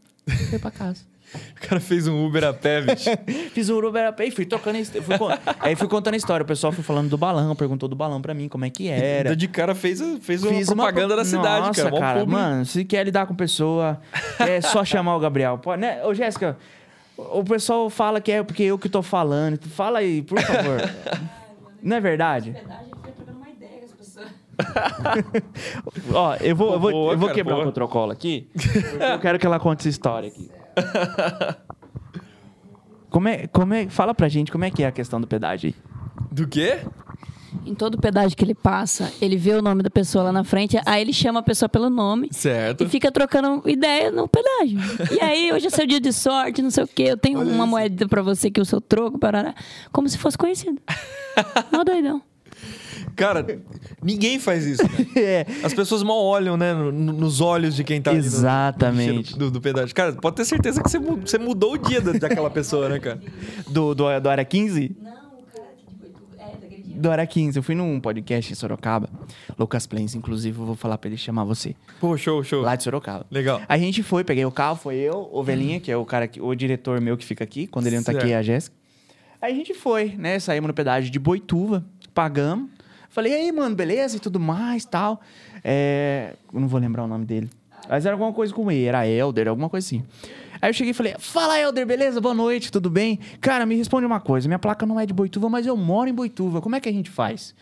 S1: Fui pra casa.
S2: O cara fez um Uber a pé, bicho.
S1: Fiz um Uber e fui trocando... a his- Fui con- aí fui contando a história. O pessoal foi falando do balão, perguntou do balão pra mim, como é que era.
S2: De cara fez, fez uma
S1: Fiz
S2: propaganda
S1: pro-
S2: da cidade,
S1: Nossa,
S2: cara. Mó publi.
S1: mano, se quer lidar com pessoa, é só chamar o Gabriel. Pô, né? Ô, Jéssica, o o pessoal fala que é porque eu que tô falando. Fala aí, por favor. Não é verdade?
S3: hospedagem, eu fui trocando uma ideia com as pessoas.
S1: Ó, eu vou, eu vou,
S2: Boa,
S1: eu vou
S2: cara,
S1: quebrar
S2: boa.
S1: o protocolo aqui. porque Eu quero que ela conte essa história aqui. Como é, como é, fala pra gente como é que é a questão do pedágio aí.
S2: Do quê?
S3: Em todo pedágio que ele passa, ele vê o nome da pessoa lá na frente, aí ele chama a pessoa pelo nome
S2: Certo.
S3: e fica trocando ideia no pedágio. E aí, hoje é seu dia de sorte, não sei o quê, eu tenho uma moeda pra você que o seu troco, parará. Como se fosse conhecido. Mó doidão.
S2: Cara, ninguém faz isso. cara.
S1: É.
S2: As pessoas mal olham, né? no- no- nos olhos de quem tá ali no-
S1: Exatamente.
S2: Do, do pedágio. Cara, pode ter certeza que você, mu- você mudou o dia da- daquela pessoa, né, cara?
S1: Do, do, do área 15?
S3: Não, o cara que foi tudo. É, daquele dia.
S1: do Área 15. Eu fui num podcast em Sorocaba, Lucas Plains, inclusive, eu vou falar pra ele chamar você.
S2: Pô, show, show.
S1: Lá de Sorocaba.
S2: Legal.
S1: A gente foi, peguei o carro, foi eu, o Velhinha, que é o cara que, o diretor meu que fica aqui, quando ele não tá
S2: Certo.
S1: aqui é a Jéssica. Aí a gente foi, né? Saímos no pedágio de Boituva, pagamos. Falei, e aí, mano, beleza e tudo mais tal. É. eu Não vou lembrar o nome dele. Mas era alguma coisa com E, era Elder, alguma coisa assim. Aí eu cheguei e falei: Fala, Elder, beleza? Boa noite, tudo bem? Cara, me responde uma coisa: minha placa não é de Boituva, mas eu moro em Boituva. Como é que a gente faz?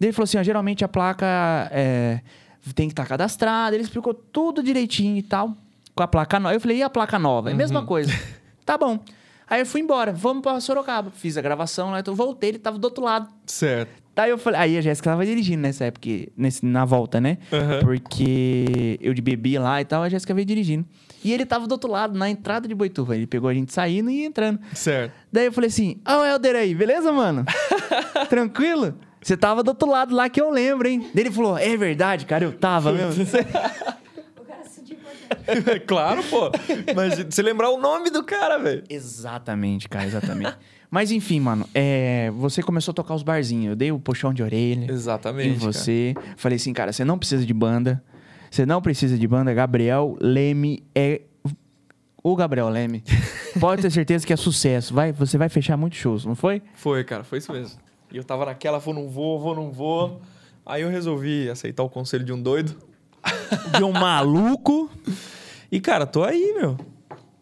S1: Daí ele falou assim: ó, geralmente a placa é, tem que estar cadastrada. Ele explicou tudo direitinho e tal. Com a placa nova. Eu falei: e a placa nova? É a mesma coisa. tá bom. Aí eu fui embora, vamos pra Sorocaba. Fiz a gravação lá, então voltei, ele tava do outro lado.
S2: Certo.
S1: Daí eu falei, aí a Jéssica tava dirigindo nessa época, nesse, na volta, né?
S2: Aham.
S1: Porque eu de bebi lá e tal, a Jéssica veio dirigindo. E ele tava do outro lado, na entrada de Boituva. Ele pegou a gente saindo e entrando.
S2: Certo.
S1: Daí eu falei assim: Ó, o Helder aí, beleza, mano? Tranquilo? Você tava do outro lado lá que eu lembro, hein? Daí ele falou: É verdade, cara, eu tava mesmo.
S3: O cara se sentiu importante.
S2: claro, pô. Imagina, você lembrar o nome do cara, velho.
S1: exatamente, cara, exatamente. Mas enfim, mano, é, você começou a tocar os barzinhos. Eu dei o puxão de orelha.
S2: Exatamente.
S1: em você. Falei assim, cara, você não precisa de banda. Você não precisa de banda. Gabriel Leme é o Gabriel Leme. Pode ter certeza que é sucesso. Vai, você vai fechar muitos shows, não foi?
S2: Foi, cara, foi isso mesmo. E eu tava naquela, vou, não vou, vou, não vou. Aí eu resolvi aceitar o conselho de um doido.
S1: De um maluco.
S2: E, cara, tô aí, meu.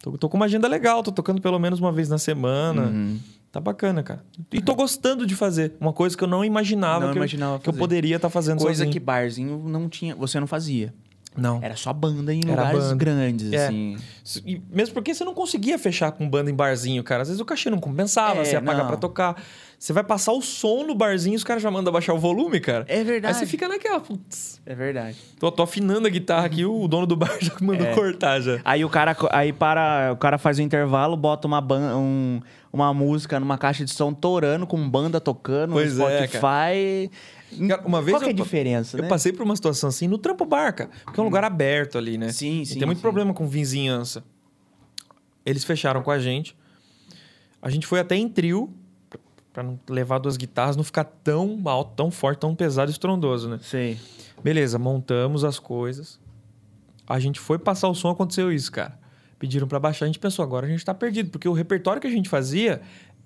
S2: Tô, tô com uma agenda legal, tô tocando pelo menos uma vez na semana.
S1: Uhum.
S2: Tá bacana, cara. E tô gostando de fazer. Uma coisa que eu não imaginava,
S1: Não
S2: que,
S1: imaginava
S2: eu, que eu
S1: fazer.
S2: poderia estar fazendo
S1: Coisa É. que
S2: sozinho.
S1: barzinho não tinha, você não fazia.
S2: Não.
S1: Era só banda em
S2: Era
S1: lugares
S2: banda.
S1: grandes,
S2: É.
S1: assim.
S2: E mesmo porque você não conseguia fechar com banda em barzinho, cara. Às vezes o cachê não compensava,
S1: É,
S2: você ia pagar
S1: não.
S2: pra tocar. Você vai passar o som no barzinho, os caras já mandam baixar o volume, cara.
S1: É verdade.
S2: Aí você fica naquela, putz,
S1: É verdade.
S2: tô, tô afinando a guitarra aqui, o dono do bar já mandou
S1: É.
S2: cortar já.
S1: Aí o cara, aí para, o cara faz o intervalo, bota uma, ban- um- uma música numa caixa de som torando, com banda tocando, no
S2: Pois é,
S1: Spotify.
S2: Cara, uma vez
S1: Qual que é a
S2: eu pa-
S1: diferença,
S2: Eu
S1: né? Hum.
S2: passei por uma situação assim no Trampo Barca, porque é um lugar aberto ali, né?
S1: Sim,
S2: E
S1: sim,
S2: tem muito
S1: sim.
S2: problema com vizinhança. Eles fecharam com a gente. A gente foi até em trio, pra- pra não levar duas guitarras, não ficar tão alto, tão forte, tão pesado e estrondoso, né?
S1: Sei.
S2: Beleza, montamos as coisas. A gente foi passar o som, aconteceu isso, cara. Pediram pra baixar, a gente pensou, agora a gente tá perdido, porque o repertório que a gente fazia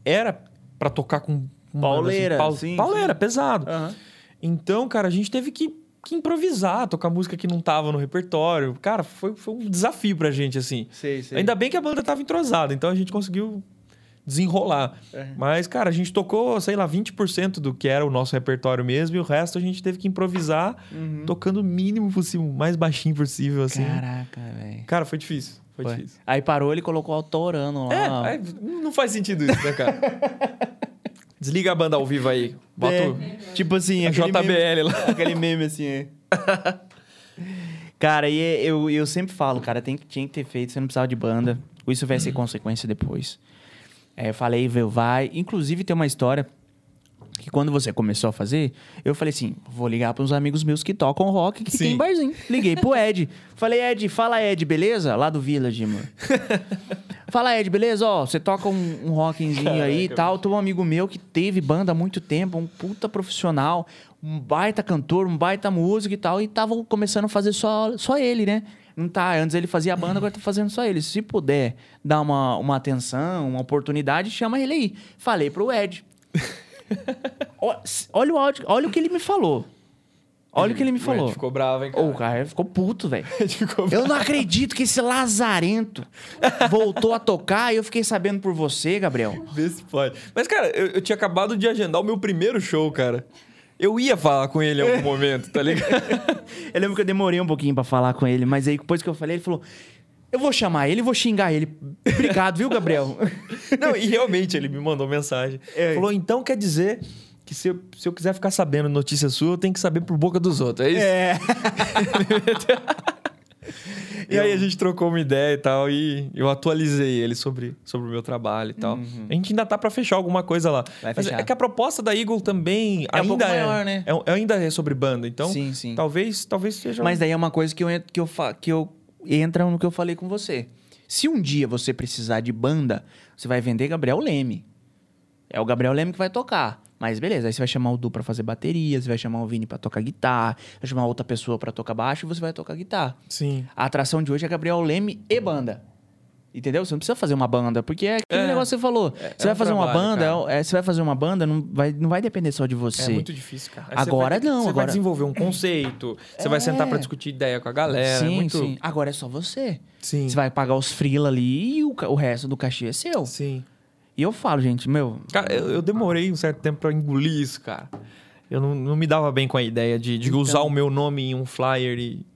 S2: era pra tocar com com banda, assim,
S1: Pauleira,
S2: pau-
S1: sim,
S2: pauleira, pesado.
S1: Aham.
S2: Então, cara, a gente teve que, que improvisar, tocar música que não tava no repertório. Cara, foi, foi um desafio pra gente, assim.
S1: Sei, sei.
S2: Ainda bem que a banda tava entrosada, então a gente conseguiu desenrolar.
S1: Uhum.
S2: Mas, cara, a gente tocou, sei lá, 20% do que era o nosso repertório mesmo, e o resto a gente teve que improvisar, tocando o mínimo possível, o mais baixinho possível, assim.
S1: Caraca, velho.
S2: Cara, foi difícil. Foi, difícil.
S1: Aí parou, ele colocou o Torano lá.
S2: É, é, não faz sentido isso, né, cara? Desliga a banda ao vivo aí. Bota o-
S1: Tipo assim,
S2: a
S1: aquele meme-
S2: JBL lá.
S1: Aquele meme assim, é. Cara, e é, eu, eu sempre falo, cara, tem, que- tinha que ter feito, você não precisava de banda. Isso vai ser consequência depois. É, eu falei, "Vê, vai. Inclusive, tem uma história que quando você começou a fazer, eu falei assim: vou ligar para uns amigos meus que tocam rock, que
S2: Sim.
S1: tem barzinho. Liguei pro Ed. Falei, Ed, fala Ed, beleza? Lá do Village, mano. Fala, Ed, beleza? Ó, você toca um, um rockinzinho aí e tal. Tem um amigo meu que teve banda há muito tempo, um puta profissional, um baita cantor, um baita músico e tal. E tava começando a fazer só, só ele, né? Não tá, antes ele fazia a banda, agora tá fazendo só ele. Se puder dar uma, uma atenção, uma oportunidade, chama ele aí. Falei pro Ed. Ó, s- olha o áudio, olha o que ele me falou. Olha o que ele me
S2: Ué,
S1: falou.
S2: Ficou bravo, hein, cara?
S1: Ô, o cara ficou puto, velho.
S2: Ficou
S1: Eu não acredito que esse lazarento voltou a tocar e eu fiquei sabendo por você, Gabriel.
S2: Vê se pode. Mas, cara, eu, eu tinha acabado de agendar o meu primeiro show, cara. Eu ia falar com ele em
S1: É.
S2: algum momento, tá ligado?
S1: Eu lembro que eu demorei um pouquinho pra falar com ele, mas aí depois que eu falei, ele falou: Eu vou chamar ele e vou xingar ele. Obrigado, viu, Gabriel?
S2: Não, e realmente ele me mandou mensagem.
S1: É.
S2: Falou, então quer dizer que se eu, se eu quiser ficar sabendo notícia sua, eu tenho que saber por boca dos outros, é isso?
S1: É.
S2: E aí a gente trocou uma ideia e tal, e eu atualizei ele sobre, sobre o meu trabalho e tal. A gente ainda tá pra fechar alguma coisa lá.
S1: Uhum. Vai
S2: Mas
S1: fechar.
S2: é que a proposta da Eagle também
S1: É um
S2: ainda
S1: pouco
S2: é,
S1: maior, né?
S2: é- ainda é sobre banda, então
S1: Sim, sim.
S2: talvez talvez seja um
S1: Mas daí é uma coisa que eu, en- que eu, fa- que eu entra no que eu falei com você. Se um dia você precisar de banda, você vai vender Gabriel Leme. É o Gabriel Leme que vai tocar. Mas beleza, aí você vai chamar o Du pra fazer bateria, você vai chamar o Vini pra tocar guitarra, vai chamar outra pessoa pra tocar baixo e você vai tocar guitarra.
S2: Sim.
S1: A atração de hoje é Gabriel Leme e banda. Entendeu? Você não precisa fazer uma banda, porque é aquele
S2: É.
S1: negócio que você falou.
S2: É-
S1: você
S2: é
S1: vai
S2: um
S1: fazer uma
S2: trabalho,
S1: banda,
S2: cara.
S1: é- você vai fazer uma banda, não vai, não vai depender só de você.
S2: É muito difícil, cara. Aí
S1: Agora
S2: você vai ter que-
S1: não,
S2: Você vai
S1: agora- É.
S2: desenvolver um conceito, você vai sentar pra discutir ideia com a galera.
S1: sim,
S2: é muito...
S1: sim. Agora é só você.
S2: Sim.
S1: Você vai pagar os frila ali e o, ca- o resto do cachê é seu.
S2: Sim.
S1: E eu falo, gente, meu.
S2: Cara, eu, eu demorei um certo tempo pra engolir isso, cara. Eu não, não me dava bem com a ideia de, de
S1: Então.
S2: usar o meu nome em um flyer e.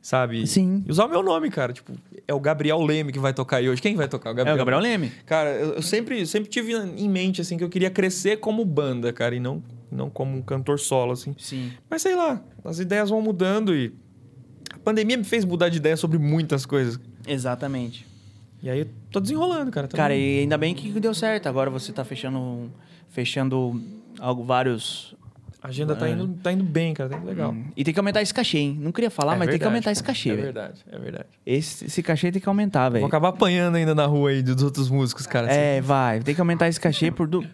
S2: Sabe?
S1: Sim.
S2: E usar o meu nome, cara. Tipo, é o Gabriel Leme que vai tocar aí hoje. Quem vai tocar? O
S1: É o Gabriel Leme.
S2: Cara, eu, eu sempre, sempre tive em mente, assim, que eu queria crescer como banda, cara, e não, não como um cantor solo, assim.
S1: Sim.
S2: Mas sei lá, as ideias vão mudando e. A pandemia me fez mudar de ideia sobre muitas coisas.
S1: Exatamente.
S2: E aí eu tô desenrolando, cara. tá Tô-
S1: Cara, e ainda bem que deu certo. Agora você tá fechando, fechando algo, vários.
S2: a agenda tá
S1: É.
S2: indo, tá indo bem, cara. Tá indo legal.
S1: E tem que aumentar esse cachê, hein? Não queria Hum. falar,
S2: É
S1: mas tem que
S2: verdade,
S1: aumentar
S2: cara.
S1: esse cachê,
S2: É
S1: velho.
S2: verdade, é verdade.
S1: Esse, esse cachê tem que aumentar,
S2: Vou
S1: velho.
S2: acabar apanhando ainda na rua aí dos outros músicos, cara. assim.
S1: É, vai. Tem que aumentar esse cachê por, du-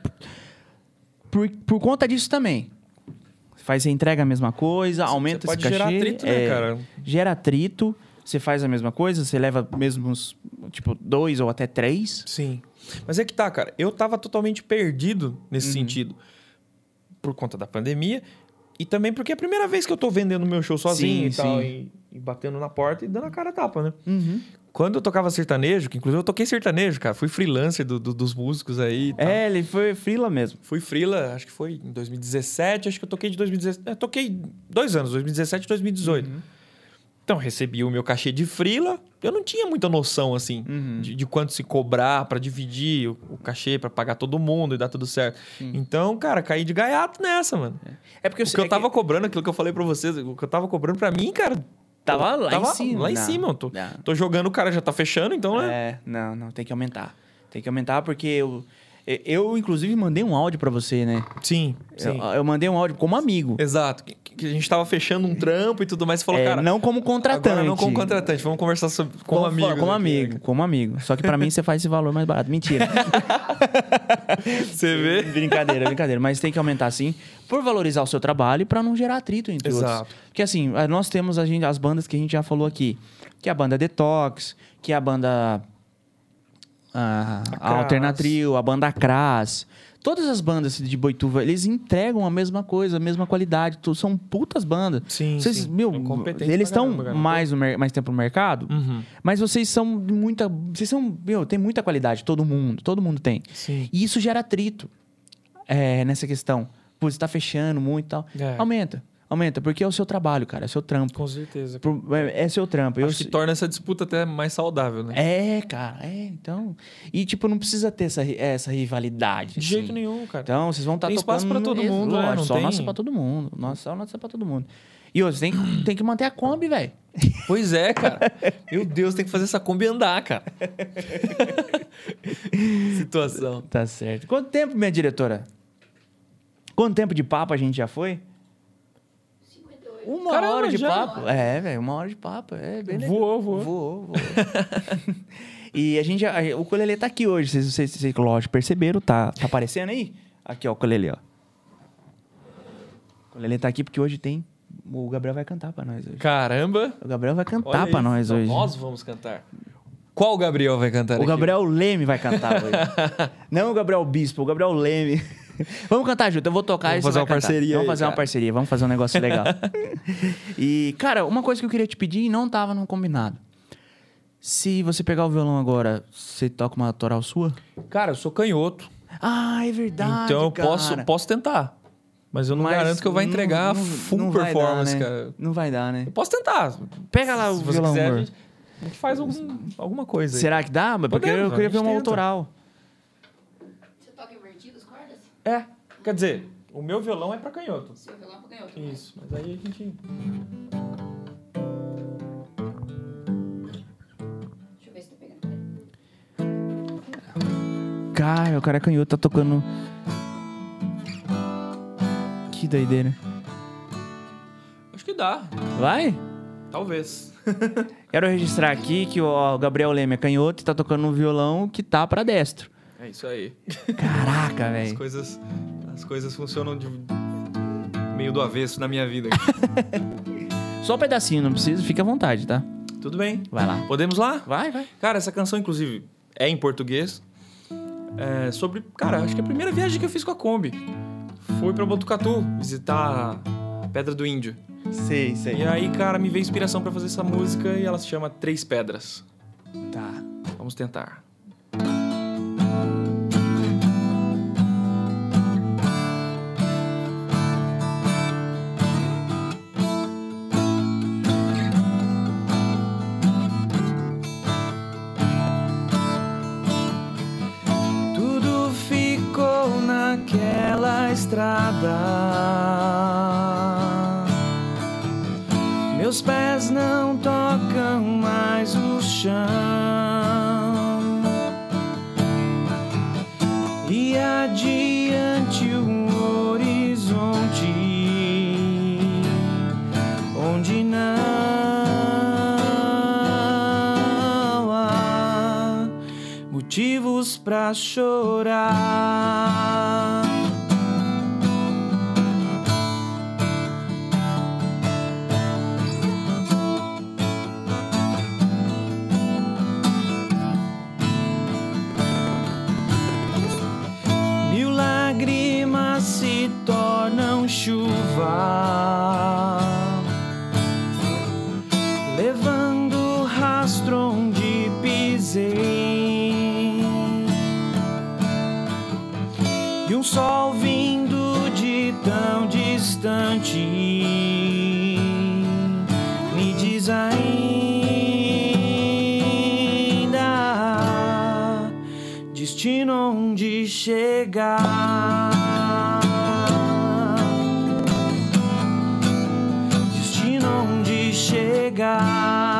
S1: por, por conta disso também. Faz a entrega a mesma coisa, aumenta
S2: Você pode
S1: esse cachê.
S2: gerar atrito, né,
S1: é,
S2: cara?
S1: Gera atrito, você faz a mesma coisa, você leva mesmos, tipo, dois ou até três.
S2: Sim. Mas é que tá, cara. Eu tava totalmente perdido
S1: Uhum.
S2: nesse sentido. Por conta da pandemia. E também porque é a primeira vez que eu tô vendendo meu show sozinho
S1: Sim,
S2: e tal.
S1: sim.
S2: E, e batendo na porta e dando a cara a tapa, né? Quando eu tocava sertanejo, que inclusive eu toquei sertanejo, cara. Fui freelancer do- do- dos músicos aí. e tal.
S1: É, ele foi frila mesmo.
S2: Fui freela, acho que foi em 2017, acho que eu toquei de 2017. é, toquei dois anos, 2017 e 2018.
S1: Uhum.
S2: Então, recebi o meu cachê de freela. Eu não tinha muita noção, assim,
S1: Uhum.
S2: de, de quanto se cobrar pra dividir o, o cachê, pra pagar todo mundo e dar tudo certo. Então, cara, caí de gaiato nessa, mano.
S1: É porque
S2: O que eu tava cobrando, aquilo que eu falei pra vocês, o que eu tava cobrando pra mim, cara...
S1: Tava lá em
S2: tava
S1: cima. né?
S2: Lá em
S1: Não,
S2: cima, né? eu tô,
S1: não.
S2: tô jogando, o cara já tá fechando, então, né?
S1: É, não, não, tem que aumentar. Tem que aumentar porque eu, eu inclusive, mandei um áudio pra você, né?
S2: Sim,
S1: Eu,
S2: sim.
S1: eu mandei um áudio como amigo.
S2: É, Exato. Que, que a gente tava fechando um trampo e tudo mais, você falou,
S1: É,
S2: cara...
S1: não como contratante.
S2: Agora não como contratante, vamos conversar sobre, como
S1: Como
S2: amigo.
S1: fo- Como
S2: né?
S1: um amigo, como amigo. Só que pra mim você faz esse valor mais barato. Mentira.
S2: Você vê?
S1: brincadeira, brincadeira. Mas tem que aumentar sim, por valorizar o seu trabalho e pra não gerar atrito entre
S2: Exato.
S1: outros. Porque assim, a- nós temos a gente- as bandas que a gente já falou aqui. Que é a banda Detox, que é a banda ah, a
S2: Crass.
S1: Alternatrio, a banda Crass. Todas as bandas de Boituva, eles entregam a mesma coisa, a mesma qualidade. Tu- São putas bandas.
S2: Sim,
S1: Vocês,
S2: sim.
S1: meu,
S2: São competentes
S1: eles
S2: pra
S1: estão
S2: caramba, né? cara.
S1: mais, no mer- mais tempo no mercado,
S2: Uhum.
S1: mas vocês são de muita. Vocês são. Meu, tem muita qualidade, todo mundo. Todo mundo tem.
S2: Sim.
S1: E isso gera atrito é, nessa questão. Pô, você tá fechando muito e tal.
S2: É.
S1: Aumenta. Aumenta, porque é o seu trabalho, cara. É seu trampo.
S2: Com certeza.
S1: Pro- É, é seu trampo. Eu
S2: Acho que
S1: se-
S2: torna essa disputa até mais saudável, né?
S1: É, cara. É, então. E, tipo, não precisa ter essa, ri- essa rivalidade.
S2: De
S1: assim.
S2: jeito nenhum, cara.
S1: Então, vocês vão estar
S2: Tem espaço
S1: tocando
S2: pra todo
S1: no-
S2: mundo, né?
S1: Lógico,
S2: Não
S1: só o nosso é
S2: tem-
S1: pra todo mundo. Nossa, só o nosso é pra todo mundo. E outros, tem, que- tem que manter a Kombi, velho.
S2: Pois é, cara. Meu Deus, tem que fazer essa Kombi andar, cara. Situação.
S1: Tá certo. Quanto tempo, minha diretora? Quanto tempo de papo a gente já foi? Uma
S2: Caramba,
S1: hora de
S2: já?
S1: papo. É, velho, uma hora de papo. É, bem legal.
S2: Voou, voou.
S1: Voou, voou. e a gente. já- O ukulele tá aqui hoje. Vocês, vocês, vocês lógico, perceberam, tá, tá aparecendo aí? Aqui, ó, o ukulele, ó. O ukulele tá aqui porque hoje tem. O Gabriel vai cantar pra nós hoje.
S2: Caramba.
S1: O Gabriel vai
S2: Olha
S1: cantar
S2: aí,
S1: Tá pra nós
S2: então
S1: hoje.
S2: Nós vamos cantar. Qual Gabriel vai cantar
S1: O
S2: aqui?
S1: Gabriel Leme vai cantar hoje. Não o Gabriel Bispo, o Gabriel Leme. Vamos cantar junto, eu vou tocar
S2: Vamos
S1: e você
S2: fazer
S1: vai
S2: uma
S1: cantar.
S2: parceria
S1: Vamos
S2: aí,
S1: fazer uma
S2: cara.
S1: parceria, vamos fazer um negócio legal. e, cara, uma coisa que eu queria te pedir e não tava no combinado. Se você pegar o violão agora, você toca uma toral sua?
S2: Cara, eu sou canhoto.
S1: Ah, é verdade.
S2: então eu
S1: cara.
S2: posso, posso tentar. Mas eu não
S1: Mas
S2: garanto que eu vou
S1: não-
S2: entregar
S1: não-
S2: full
S1: não vai dar,
S2: performance,
S1: né?
S2: cara.
S1: Não vai dar, né?
S2: Eu posso tentar.
S1: Pega lá o
S2: Se você
S1: violão,
S2: quiser, a
S1: amor.
S2: gente, a gente faz algum- alguma coisa. aí.
S1: Será que dá? Porque
S2: Podemos,
S1: eu queria
S2: a gente
S1: ver uma
S2: tenta.
S1: autoral.
S4: Você toca invertido as cordas?
S2: É, quer dizer, o meu violão é pra canhoto.
S4: Seu violão pro canhoto.
S2: Isso, mas aí a gente.
S4: Deixa eu ver se tá pegando. Peraí.
S1: Cara, o cara é canhoto, tá tocando. Que doideira.
S2: Acho que dá,
S1: Vai?
S2: talvez.
S1: Quero registrar aqui que o Gabriel Leme é canhoto e tá tocando um violão que tá pra destro.
S2: É isso aí.
S1: Caraca,
S2: As
S1: velho.
S2: coisas, as coisas funcionam de meio do avesso na minha vida.
S1: Só um pedacinho, não precisa, fica à vontade, tá?
S2: Tudo bem.
S1: Vai lá.
S2: Podemos lá?
S1: Vai, vai.
S2: Cara, essa canção, inclusive, é em português. É sobre. Cara, acho que é a primeira viagem que eu fiz com a Kombi. Fui pra Botucatu visitar a Pedra do Índio.
S1: Sei,
S2: E
S1: sei.
S2: aí, cara, me veio inspiração pra fazer essa música e ela se chama Três Pedras.
S1: Tá.
S2: Vamos tentar. estrada. Meus pés não tocam mais o chão. E adiante um o horizonte, onde não há motivos pra chorar. mil lágrimas se tornam chuva, levando o rastro onde pisei, e um sol vindo de tão distante me diz ainda destino onde chegar. Destino onde chegar.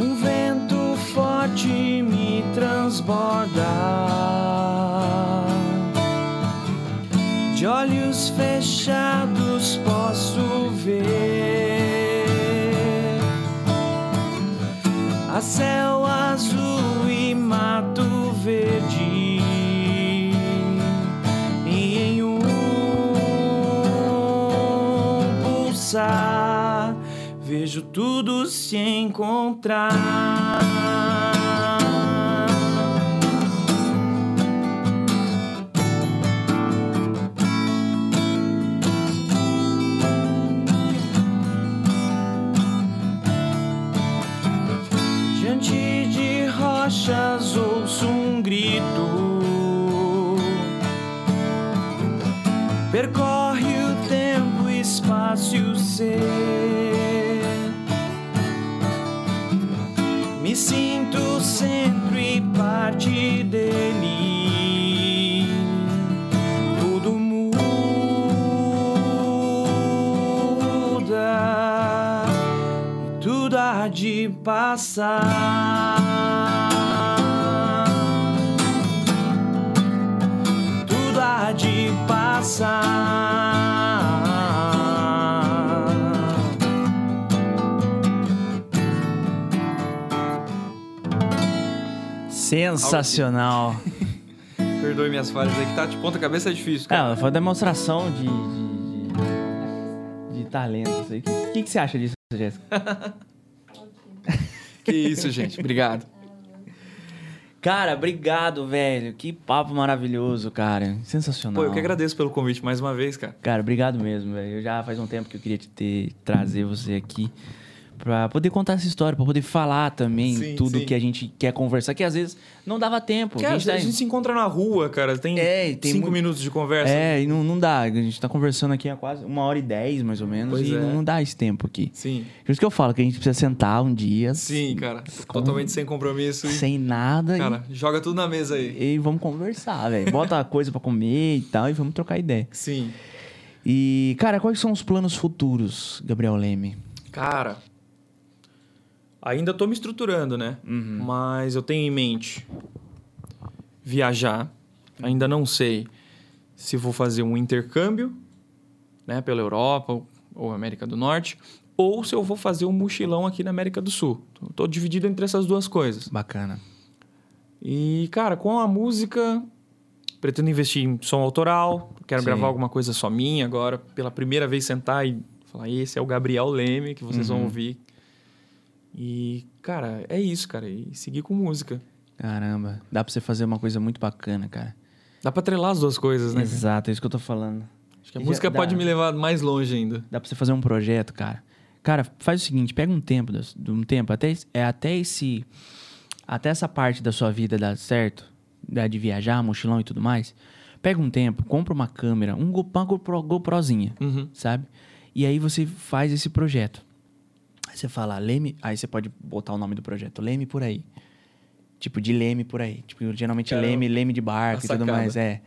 S2: Um vento forte me transborda. De olhos fechados posso ver a céu azul e mato verde. E em um pulsar vejo tudo se encontrar. Diante de rochas ouço um grito percorre o tempo, espaço e o ser. Me sinto centro e parte dele. Tudo muda e tudo há de passar tudo há de passar.
S1: Sensacional.
S2: Perdoe minhas falhas aí, que tá de ponta cabeça é difícil, cara.
S1: É, foi uma demonstração de, de, de, de talento. isso aí. O que, que, que você acha disso, Jéssica?
S2: Que isso, gente. Obrigado.
S1: Cara, obrigado, velho. Que papo maravilhoso, cara. Sensacional.
S2: Pô, eu que agradeço pelo convite mais uma vez, cara.
S1: Cara, obrigado mesmo, velho. Eu Já faz um tempo que eu queria te ter- trazer você aqui pra poder contar essa história, pra poder falar também
S2: Sim,
S1: tudo
S2: sim.
S1: que a gente quer conversar, que às vezes não dava tempo.
S2: Porque
S1: a
S2: a
S1: gente tá-
S2: gente se encontra na rua, cara. Tem,
S1: É, e tem
S2: cinco
S1: muito-
S2: minutos de conversa.
S1: É, e não, não dá. A gente tá conversando aqui há quase uma hora e dez, mais ou menos,
S2: Pois
S1: e
S2: é.
S1: não, não dá esse tempo aqui.
S2: Sim.
S1: Por isso que eu falo que a gente precisa sentar um dia.
S2: Sim, cara. Totalmente sem compromisso. e-
S1: Sem nada. e-
S2: Cara, joga tudo na mesa aí.
S1: E, vamos conversar, velho. Bota coisa pra comer e tal, e vamos trocar ideia.
S2: Sim.
S1: E, cara, quais são os planos futuros, Gabriel Leme?
S2: Cara, ainda tô me estruturando, né? Mas eu tenho em mente viajar. Ainda não sei se vou fazer um intercâmbio, né, pela Europa ou- ou América do Norte, ou se eu vou fazer um mochilão aqui na América do Sul. Tô- Tô dividido entre essas duas coisas.
S1: Bacana.
S2: E, cara, com a música, pretendo investir em som autoral. Quero
S1: Sim.
S2: gravar alguma coisa só minha agora. Pela primeira vez sentar e falar, esse é o Gabriel Leme que vocês vão ouvir. E, cara, é isso, cara. E seguir com música.
S1: Caramba, dá pra você fazer uma coisa muito bacana, cara.
S2: Dá pra trelar as duas coisas, né?
S1: Exato, é isso que eu tô falando.
S2: Acho que a
S1: Já
S2: música
S1: dá.
S2: pode me levar mais longe ainda.
S1: Dá pra você fazer um projeto, cara. Cara, faz o seguinte, pega um tempo, das- de um tempo, até, es- é, até esse. Até essa parte da sua vida dar certo, da de viajar, mochilão e tudo mais. Pega um tempo, compra uma câmera, um Go- uma GoPro, GoProzinha, sabe? E aí você faz esse projeto. Aí você fala, Leme. Aí você pode botar o nome do projeto, Leme por aí. Tipo, de Leme por aí. Tipo, geralmente
S2: Caramba.
S1: Leme, Leme de barco
S2: Uma
S1: e tudo
S2: sacada.
S1: mais, é.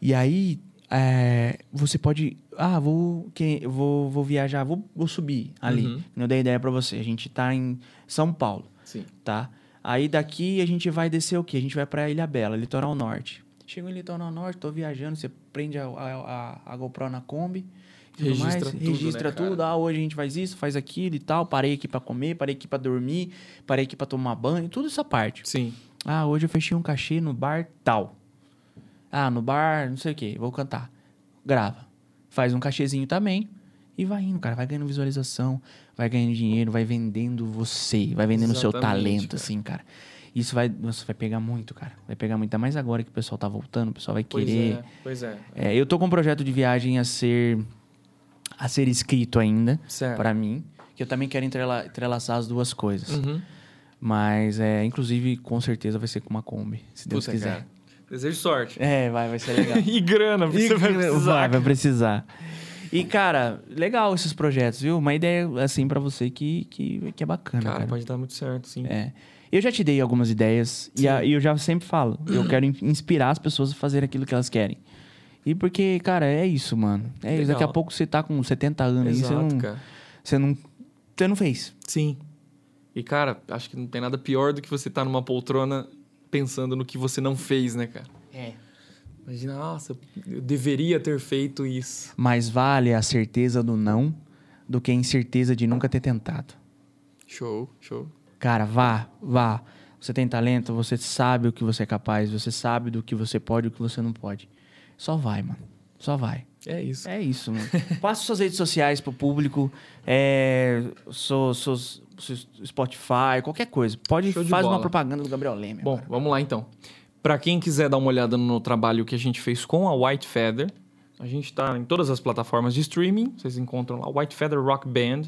S1: E aí, é, você pode. Ah, vou, que, eu vou, vou viajar, vou, vou subir ali.
S2: Uhum.
S1: Eu dei ideia pra você. A gente tá em São Paulo,
S2: Sim.
S1: tá? Aí daqui a gente vai descer o quê? A gente vai pra Ilha Bela, litoral norte. Chego em litoral norte, tô viajando, você prende a, a, a- a GoPro na Kombi. e Tudo
S2: Registra
S1: mais,
S2: tudo,
S1: registra
S2: né, cara?
S1: tudo. Ah, hoje a gente faz isso, faz aquilo e tal. Parei aqui pra comer, parei aqui pra dormir, parei aqui pra tomar banho, tudo essa parte.
S2: Sim.
S1: Ah, hoje eu fechei um cachê no bar tal. Ah, no bar, não sei o quê, vou cantar. Grava. Faz um cachezinho também e vai indo, cara. Vai ganhando visualização, vai ganhando dinheiro, vai vendendo você, vai vendendo o seu
S2: Exatamente,
S1: talento,
S2: cara.
S1: assim, cara. Isso vai, nossa, vai pegar muito, cara. Vai pegar muito. Ainda mais agora que o pessoal tá voltando, o pessoal vai
S2: Pois
S1: querer.
S2: é, pois é.
S1: É, eu tô com um projeto de viagem a ser a ser escrito ainda,
S2: Certo.
S1: pra mim. Que eu também quero entrela- entrelaçar as duas coisas.
S2: Uhum.
S1: Mas, é, inclusive, com certeza vai ser com uma Kombi, se Deus
S2: Puta,
S1: quiser.
S2: cara. Desejo sorte.
S1: É, vai, vai ser legal.
S2: E grana, porque você vai
S1: Vai,
S2: precisar.
S1: vai precisar. E, cara, legal esses projetos, viu? Uma ideia, assim, pra você que, que, que é bacana, cara.
S2: Cara, pode dar muito certo, sim.
S1: É. Eu já te dei algumas ideias e, a- e eu já sempre falo. Eu quero in- inspirar as pessoas a fazer aquilo que elas querem. E porque, cara, é isso, mano. É isso. Daqui a
S2: Legal.
S1: pouco você tá com 70 anos
S2: Exato,
S1: e você não,
S2: cara.
S1: você não... Você não fez.
S2: Sim. E, cara, acho que não tem nada pior do que você estar numa poltrona pensando no que você não fez, né, cara?
S1: É.
S2: Imagina, nossa, eu deveria ter feito isso.
S1: Mais vale a certeza do não do que a incerteza de nunca ter tentado.
S2: Show, show.
S1: Cara, vá, vá. Você tem talento, você sabe o que você é capaz, você sabe do que você pode e o que você não pode. Só vai, mano. Só vai.
S2: É isso.
S1: É isso, mano. Passa suas redes sociais pro público, é, seu, seus, seu Spotify, qualquer coisa. Pode
S2: Show de
S1: faz uma
S2: bola.
S1: propaganda do Gabriel Leme.
S2: Bom,
S1: agora.
S2: vamos lá então. Pra quem quiser dar uma olhada no trabalho que a gente fez com a White Feather, a gente tá em todas as plataformas de streaming. Vocês encontram lá White Feather Rock Band.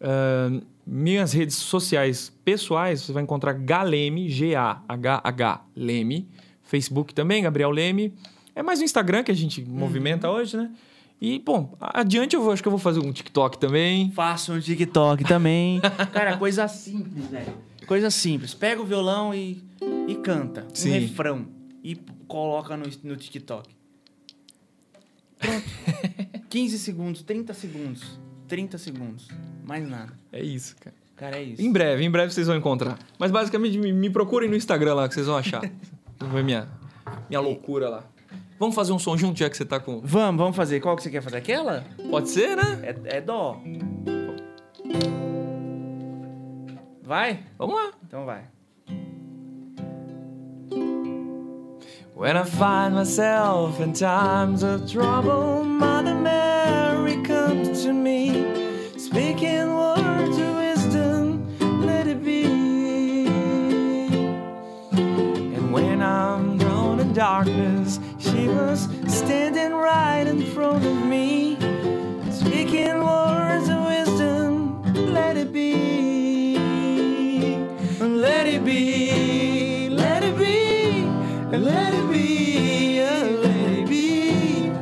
S2: Ahn, minhas redes sociais pessoais, você vai encontrar Galeme, G-A-H-H Leme. Facebook também, Gabriel Leme. É mais o Instagram que a gente movimenta hoje, né? E, bom, adiante eu vou, acho que eu vou fazer um TikTok também.
S1: Faça um TikTok também. Cara, coisa simples, velho. Coisa simples. Pega o violão e, e canta.
S2: Sim.
S1: Um refrão. E coloca no, no TikTok. Pronto. 15 segundos, 30 segundos. 30 segundos. Mais nada.
S2: É isso, cara.
S1: Cara, é isso.
S2: Em breve, em breve vocês vão encontrar. Mas basicamente me, me procurem no Instagram lá que vocês vão achar. Vocês vão ver minha, minha loucura lá. Vamos fazer um som junto, já que você tá com.
S1: Vamos, vamos fazer. Qual que você quer fazer? Aquela?
S2: Pode ser, né?
S1: É, é dó. Vai?
S2: Vamos lá.
S1: Então vai.
S2: When I find myself in times of trouble, Mother Mary comes to me, speaking words of wisdom, let it be. And when I'm thrown in darkness, she was standing right in front of me, speaking words of wisdom, let it be. Let it be, let it be, let it be, yeah, let it be.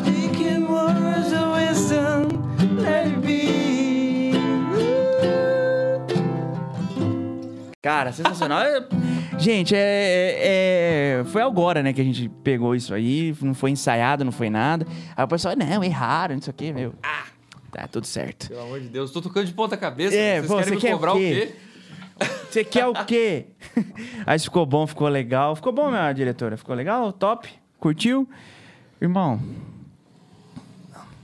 S2: Speaking words of wisdom, let it be.
S1: Cara, sensacional. É- gente, é, é- é- foi agora, né, que a gente pegou isso aí. Não foi ensaiado, não foi nada. Aí o pessoal, não, erraram, não sei o quê, meu. Ah, tá tudo certo.
S2: Pelo amor de Deus, tô tocando de ponta cabeça.
S1: É,
S2: Vocês
S1: pô,
S2: querem
S1: você
S2: me
S1: quer o
S2: cobrar o
S1: quê?
S2: quê?
S1: Você quer o quê? aí ficou bom, ficou legal. Ficou bom, minha diretora? Ficou legal? Top? Curtiu? Irmão,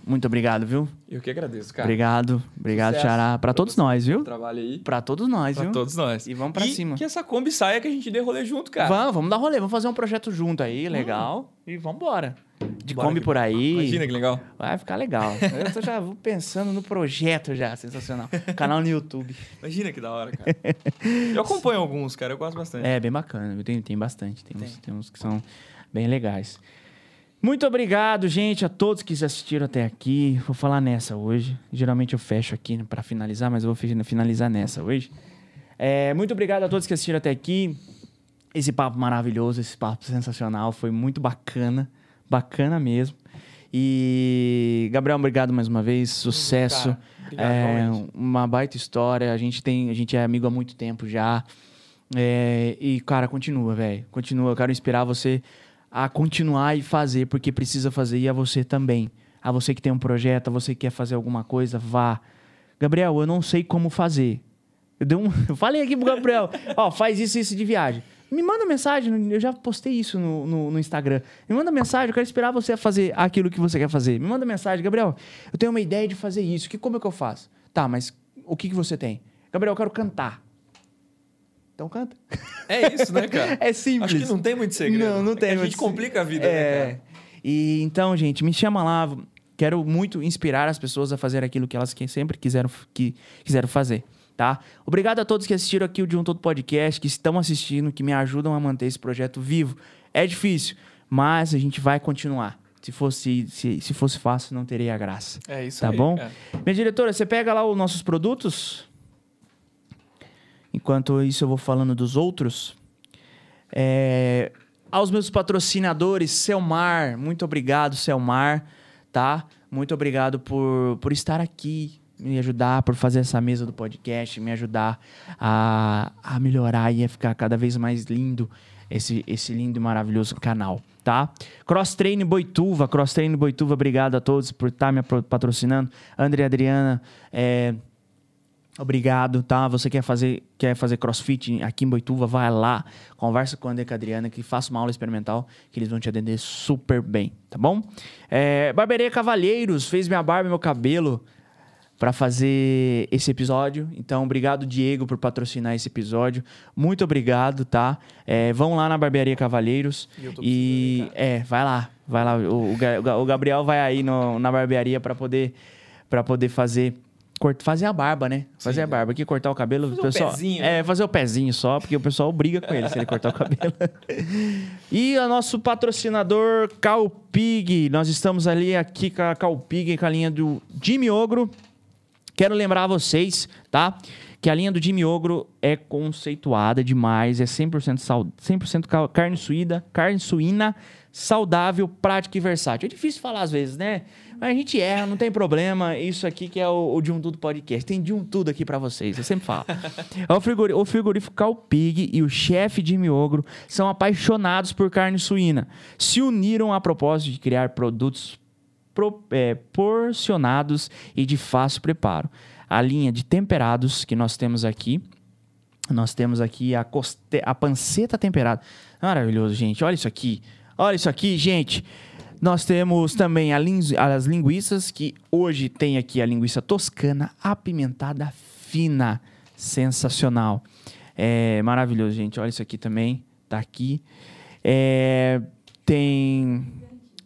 S1: muito obrigado, viu?
S2: Eu que agradeço, cara.
S1: Obrigado, obrigado,
S2: Sucesso.
S1: Xará. Pra todos nós, viu?
S2: Trabalho aí.
S1: Pra todos nós,
S2: Pra
S1: viu?
S2: todos nós.
S1: E vamos pra cima.
S2: Que essa Kombi saia que a gente dê rolê junto, cara.
S1: Vamos, vamos dar rolê, vamos fazer um projeto junto aí, legal. E vamos embora. De
S2: Hum. Bora
S1: Kombi
S2: que-
S1: por aí.
S2: Imagina que legal.
S1: Vai ficar legal. Eu tô já vou pensando no projeto já, sensacional. Canal no YouTube.
S2: Imagina que da hora, cara. Eu acompanho alguns, cara. Eu gosto bastante.
S1: É, bem bacana. viu? Tem, tem bastante. Tem, Uns, tem uns que são bem legais. Muito obrigado, gente, a todos que assistiram até aqui. Vou falar nessa hoje. Geralmente eu fecho aqui pra finalizar, mas eu vou fi- finalizar nessa hoje. É, muito obrigado a todos que assistiram até aqui. Esse papo maravilhoso, esse papo sensacional, foi muito bacana, bacana mesmo. E Gabriel, obrigado mais uma vez, sucesso.
S2: Cara, obrigado,
S1: É,
S2: realmente.
S1: uma baita história. A gente tem, a gente é amigo há muito tempo já. É, e cara, continua, velho. Continua. Eu quero inspirar você a continuar e fazer, porque precisa fazer e a você também. A você que tem um projeto, a você que quer fazer alguma coisa, vá. Gabriel, eu não sei como fazer. Eu, dei um... eu falei aqui pro Gabriel, ó, faz isso e isso de viagem. Me manda mensagem, eu já postei isso no, no, no Instagram. Me manda mensagem, eu quero esperar você a fazer aquilo que você quer fazer. Me manda mensagem, Gabriel, eu tenho uma ideia de fazer isso, que como é que eu faço? Tá, mas o que, que você tem? Gabriel, eu quero cantar. Então canta.
S2: É isso, né, cara?
S1: É simples.
S2: Acho que não tem muito segredo.
S1: Não, não
S2: É que
S1: tem
S2: a
S1: muito
S2: gente complica a vida,
S1: É.
S2: né, cara?
S1: E então, gente, me chama lá. Quero muito inspirar as pessoas a fazer aquilo que elas que sempre quiseram, que quiseram fazer, tá? Obrigado a todos que assistiram aqui o De Um Todo Podcast, que estão assistindo, que me ajudam a manter esse projeto vivo. É difícil, mas a gente vai continuar. Se fosse, se, se fosse fácil, não teria graça.
S2: É isso
S1: Tá
S2: aí,
S1: bom?
S2: cara.
S1: Minha diretora, você pega lá os nossos produtos? Enquanto isso, eu vou falando dos outros. É, aos meus patrocinadores, Selmar, muito obrigado, Selmar, tá? Muito obrigado por, por estar aqui, me ajudar, por fazer essa mesa do podcast, me ajudar a, a melhorar e a ficar cada vez mais lindo esse, esse lindo e maravilhoso canal, tá? Cross Train Boituva, Cross Train Boituva, obrigado a todos por estar me apro- patrocinando. André e Adriana, é, Obrigado, tá? Você quer fazer, quer fazer crossfit aqui em Boituva? Vai lá, conversa com a André e com a Adriana, que faça uma aula experimental, que eles vão te atender super bem, tá bom? É, Barbearia Cavalheiros fez minha barba e meu cabelo para fazer esse episódio. Então, obrigado, Diego, por patrocinar esse episódio. Muito obrigado, tá? É, vão lá na Barbearia Cavalheiros
S2: E eu tô
S1: e... É, vai lá, vai lá. O, o Ga- o Gabriel vai aí no- na barbearia para poder, pra poder fazer... Cort, fazer a barba, né? Fazer
S2: Sim.
S1: a barba. Aqui cortar o cabelo.
S2: Fazer
S1: o
S2: o
S1: pessoal,
S2: pezinho, né?
S1: É, fazer o pezinho só, porque o pessoal briga com ele se ele cortar o cabelo. e o nosso patrocinador, Calpig. Nós estamos ali aqui com a Calpig, com a linha do Jimmy Ogro. Quero lembrar a vocês, tá? Que a linha do Jimmy Ogro é conceituada demais, é 100%, sau- 100 ca- carne suída, carne suína, saudável, prática e versátil. É difícil falar às vezes, né? Mas a gente erra, não tem problema. Isso aqui que é o, o de um tudo podcast. Tem de um tudo aqui pra vocês, eu sempre falo. É o, frigori- o frigorífico Calpig e o chefe Jimmy Ogro são apaixonados por carne suína. Se uniram a propósito de criar produtos pro- é, porcionados e de fácil preparo. A linha de temperados que nós temos aqui. Nós temos aqui a, coste... a panceta temperada. Maravilhoso, gente. Olha isso aqui. Olha isso aqui, gente. Nós temos também a lin- as linguiças, que hoje tem aqui a linguiça toscana apimentada fina. Sensacional. É maravilhoso, gente. Olha isso aqui também. Tá aqui. É, tem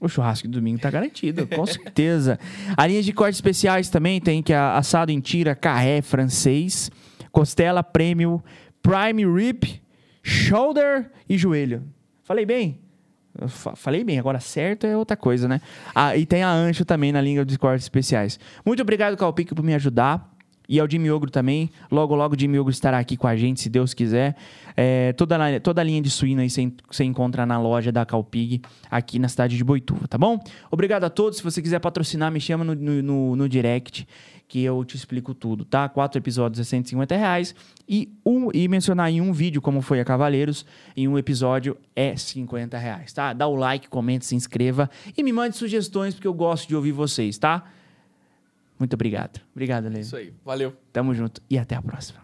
S1: o churrasco de domingo tá garantido, com certeza. A linha de cortes especiais também tem que é assado em tira, carré francês, costela premium, prime rib, shoulder e joelho. Falei bem? Eu fa- Falei bem, agora certo é outra coisa, né? Ah, e tem a Ancho também na linha de cortes especiais. Muito obrigado, Calpique, por me ajudar. E ao Jimmy Ogro também. Logo, logo o Jimmy Ogro estará aqui com a gente, se Deus quiser. É, toda, a- toda a linha de suína aí você en- você encontra na loja da Calpig, aqui na cidade de Boituva, tá bom? Obrigado a todos. Se você quiser patrocinar, me chama no, no, no- no direct, que eu te explico tudo, tá? Quatro episódios é 150 reais. E, um, e mencionar em um vídeo, como foi a Cavaleiros, em um episódio é 50 reais, tá? Dá o like, comente, se inscreva e me mande sugestões, porque eu gosto de ouvir vocês, tá? Muito obrigado. Obrigado, Leandro.
S2: Isso aí. Valeu.
S1: Tamo junto e até a próxima.